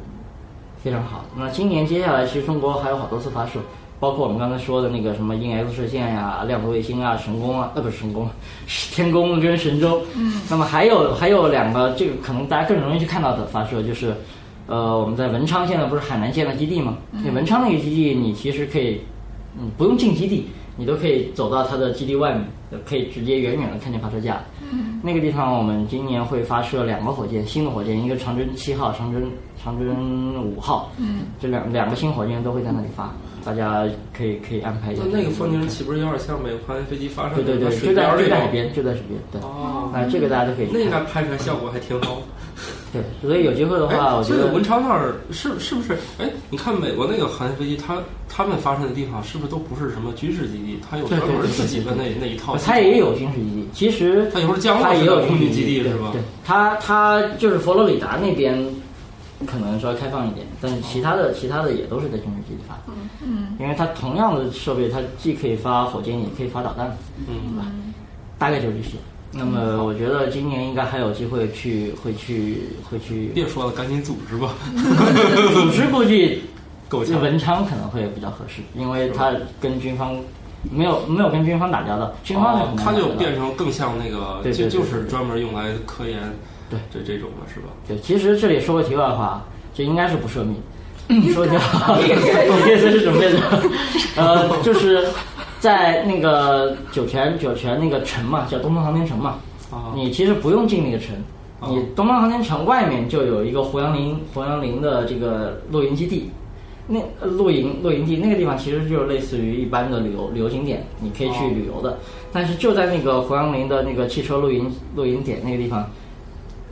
[SPEAKER 5] 非常好。那今年接下来，其实中国还有好多次发射，包括我们刚才说的那个什么鹰 X 射线呀、量子卫星啊、神宫啊，呃，不是神宫， 是天宫跟神舟。嗯。那么还有还有两个，这个可能大家更容易去看到的发射，就是，呃，我们在文昌现在不是海南建了基地吗？那文昌那个基地，你其实可以，嗯，不用进基地，你都可以走到它的基地外面，可以直接远远的看见发射架。嗯。那个地方我们今年会发射两个火箭，新的火箭，一个长征七号、长征长征五号。嗯。这两两个新火箭都会在那里发，大家可以可以安排一下
[SPEAKER 3] 那。那个风景岂不是有点像美国航天飞机发射
[SPEAKER 5] 对对对，
[SPEAKER 3] 水
[SPEAKER 5] 就在
[SPEAKER 3] 边
[SPEAKER 5] 就在
[SPEAKER 3] 那
[SPEAKER 5] 海
[SPEAKER 3] 种？
[SPEAKER 5] 边，就在水边，对。
[SPEAKER 3] 哦，
[SPEAKER 5] 啊，这个大家都可以
[SPEAKER 3] 那
[SPEAKER 5] 去
[SPEAKER 3] 应
[SPEAKER 5] 看。
[SPEAKER 3] 该拍出来效果还挺好的。
[SPEAKER 5] 对，所以有机会的话，
[SPEAKER 3] 哎
[SPEAKER 5] 我觉
[SPEAKER 3] 所以
[SPEAKER 5] 得
[SPEAKER 3] 文昌那儿是是不是？哎，你看美国那个航天飞机，它他们发射的地方是不是都不是什么军事基地？它有
[SPEAKER 5] 对
[SPEAKER 3] 专
[SPEAKER 5] 对
[SPEAKER 3] 门
[SPEAKER 5] 对
[SPEAKER 3] 自己的那那一套
[SPEAKER 5] 我
[SPEAKER 3] 系统。
[SPEAKER 5] 猜呃也有军事基地。其实
[SPEAKER 3] 它有时候降落
[SPEAKER 5] 它也
[SPEAKER 3] 是
[SPEAKER 5] 有
[SPEAKER 3] 在
[SPEAKER 5] 军
[SPEAKER 3] 空
[SPEAKER 5] 事
[SPEAKER 3] 军基地
[SPEAKER 5] 对
[SPEAKER 3] 是吧
[SPEAKER 5] 对，它它就是佛罗里达那边可能稍微开放一点，但是其他
[SPEAKER 3] 哦
[SPEAKER 5] 的其他的也都是在军事基地发。嗯嗯，因为它同样的设备，它既可以发火箭，也可以发导弹，
[SPEAKER 3] 嗯
[SPEAKER 5] 对吧？大概就是这些。那么我觉得今年应该还有机会去，会去，会去
[SPEAKER 3] 别说了，赶紧组 织吧。
[SPEAKER 5] 组织估计
[SPEAKER 3] 够呛
[SPEAKER 5] 就文昌可能会比较合适，因为他跟军方没有没有跟军方打交道，军方
[SPEAKER 3] 哦
[SPEAKER 5] 很，难
[SPEAKER 3] 它就
[SPEAKER 5] 打交道
[SPEAKER 3] 变成更像那个，
[SPEAKER 5] 对
[SPEAKER 3] 就
[SPEAKER 5] 对对
[SPEAKER 3] 就是专门用来科研，
[SPEAKER 5] 对
[SPEAKER 3] 这这种的是吧？
[SPEAKER 5] 对。其实这里说个题外话，这应该是不涉密。说题外话， 我也是准备着，呃，就是在那个酒泉酒泉那个城嘛，叫东方航天城嘛，
[SPEAKER 3] 啊，
[SPEAKER 5] 你其实不用进那个城，
[SPEAKER 3] 哦
[SPEAKER 5] 你东方航天城外面就有一个胡杨林胡杨林的这个露营基地，那呃露营露营地那个地方其实就是类似于一般的旅游旅游景点，你可以去
[SPEAKER 3] 哦
[SPEAKER 5] 旅游的。但是就在那个胡杨林的那个汽车露营露营点那个地方，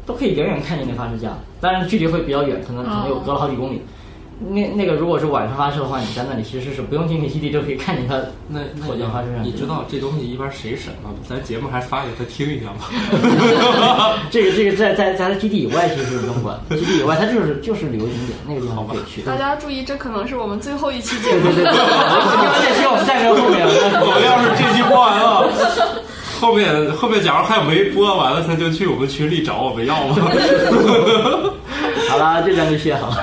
[SPEAKER 5] 都可以远远看见那发射架，当然距离会比较远，可能可能有隔了好几公里。那那个如果是晚上发射的话，你在那里其实是不用进那基地就可以看见它
[SPEAKER 3] 那那
[SPEAKER 5] 火箭发射站
[SPEAKER 3] 你知道这东西一般谁审吗？咱节目还发给他听一下 吗？
[SPEAKER 5] 这个这个在在在它基地以外其实不用管，基地以外它就是就是旅游景点，那个地方可以去。
[SPEAKER 7] 大家注意，这可能是我们最后一期节
[SPEAKER 5] 对
[SPEAKER 7] 目。
[SPEAKER 5] 对对，对这期我们站在后面，
[SPEAKER 3] 我们要是这啊期播完了， 后面后面假如还有没播完了，他就去我们群里找我们 要吗？
[SPEAKER 5] 好了，就这样就歇好 了。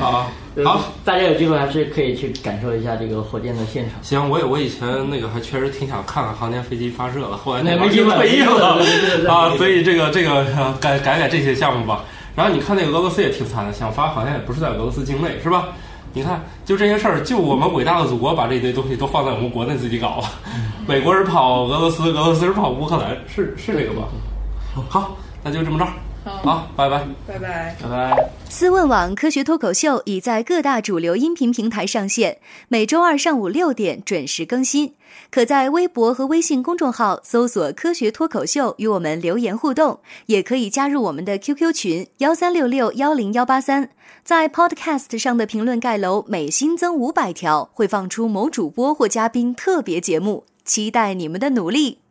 [SPEAKER 3] 啊，好。，
[SPEAKER 5] 大家有机会还是可以去感受一下这个火箭的现场。
[SPEAKER 3] 行，我也我以前那个还确实挺想看看航天飞机发射的，后来那
[SPEAKER 5] 那
[SPEAKER 3] 玩
[SPEAKER 5] 没
[SPEAKER 3] 意
[SPEAKER 5] 机
[SPEAKER 3] 儿
[SPEAKER 5] 会
[SPEAKER 3] 退役了
[SPEAKER 5] 对对对对对
[SPEAKER 3] 啊，
[SPEAKER 5] 对
[SPEAKER 3] 所以这个这个呃改改改这些项目吧。然后你看那个俄罗斯也挺惨的，想发好像也不是在俄罗斯境内是吧？你看，就这些事儿，就我们伟大的祖国把这堆东西都放在我们国内自己搞了。
[SPEAKER 5] 嗯
[SPEAKER 3] 美国人跑俄罗斯，俄罗斯人跑乌克兰，是是这个吧？好，那就这么着，好，拜拜。
[SPEAKER 8] 拜拜。
[SPEAKER 5] 拜拜。
[SPEAKER 6] 思问网科学脱口秀已在各大主流音频平台上线，每周二上午六点准时更新。可在微博和微信公众号搜索“科学脱口秀”与我们留言互动，也可以加入我们的 QQ 群幺三六六幺零幺八三。在 Podcast 上的评论盖楼每新增五百条，会放出某主播或嘉宾特别节目。期待你们的努力，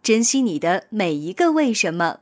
[SPEAKER 6] 珍惜你的每一个为什么。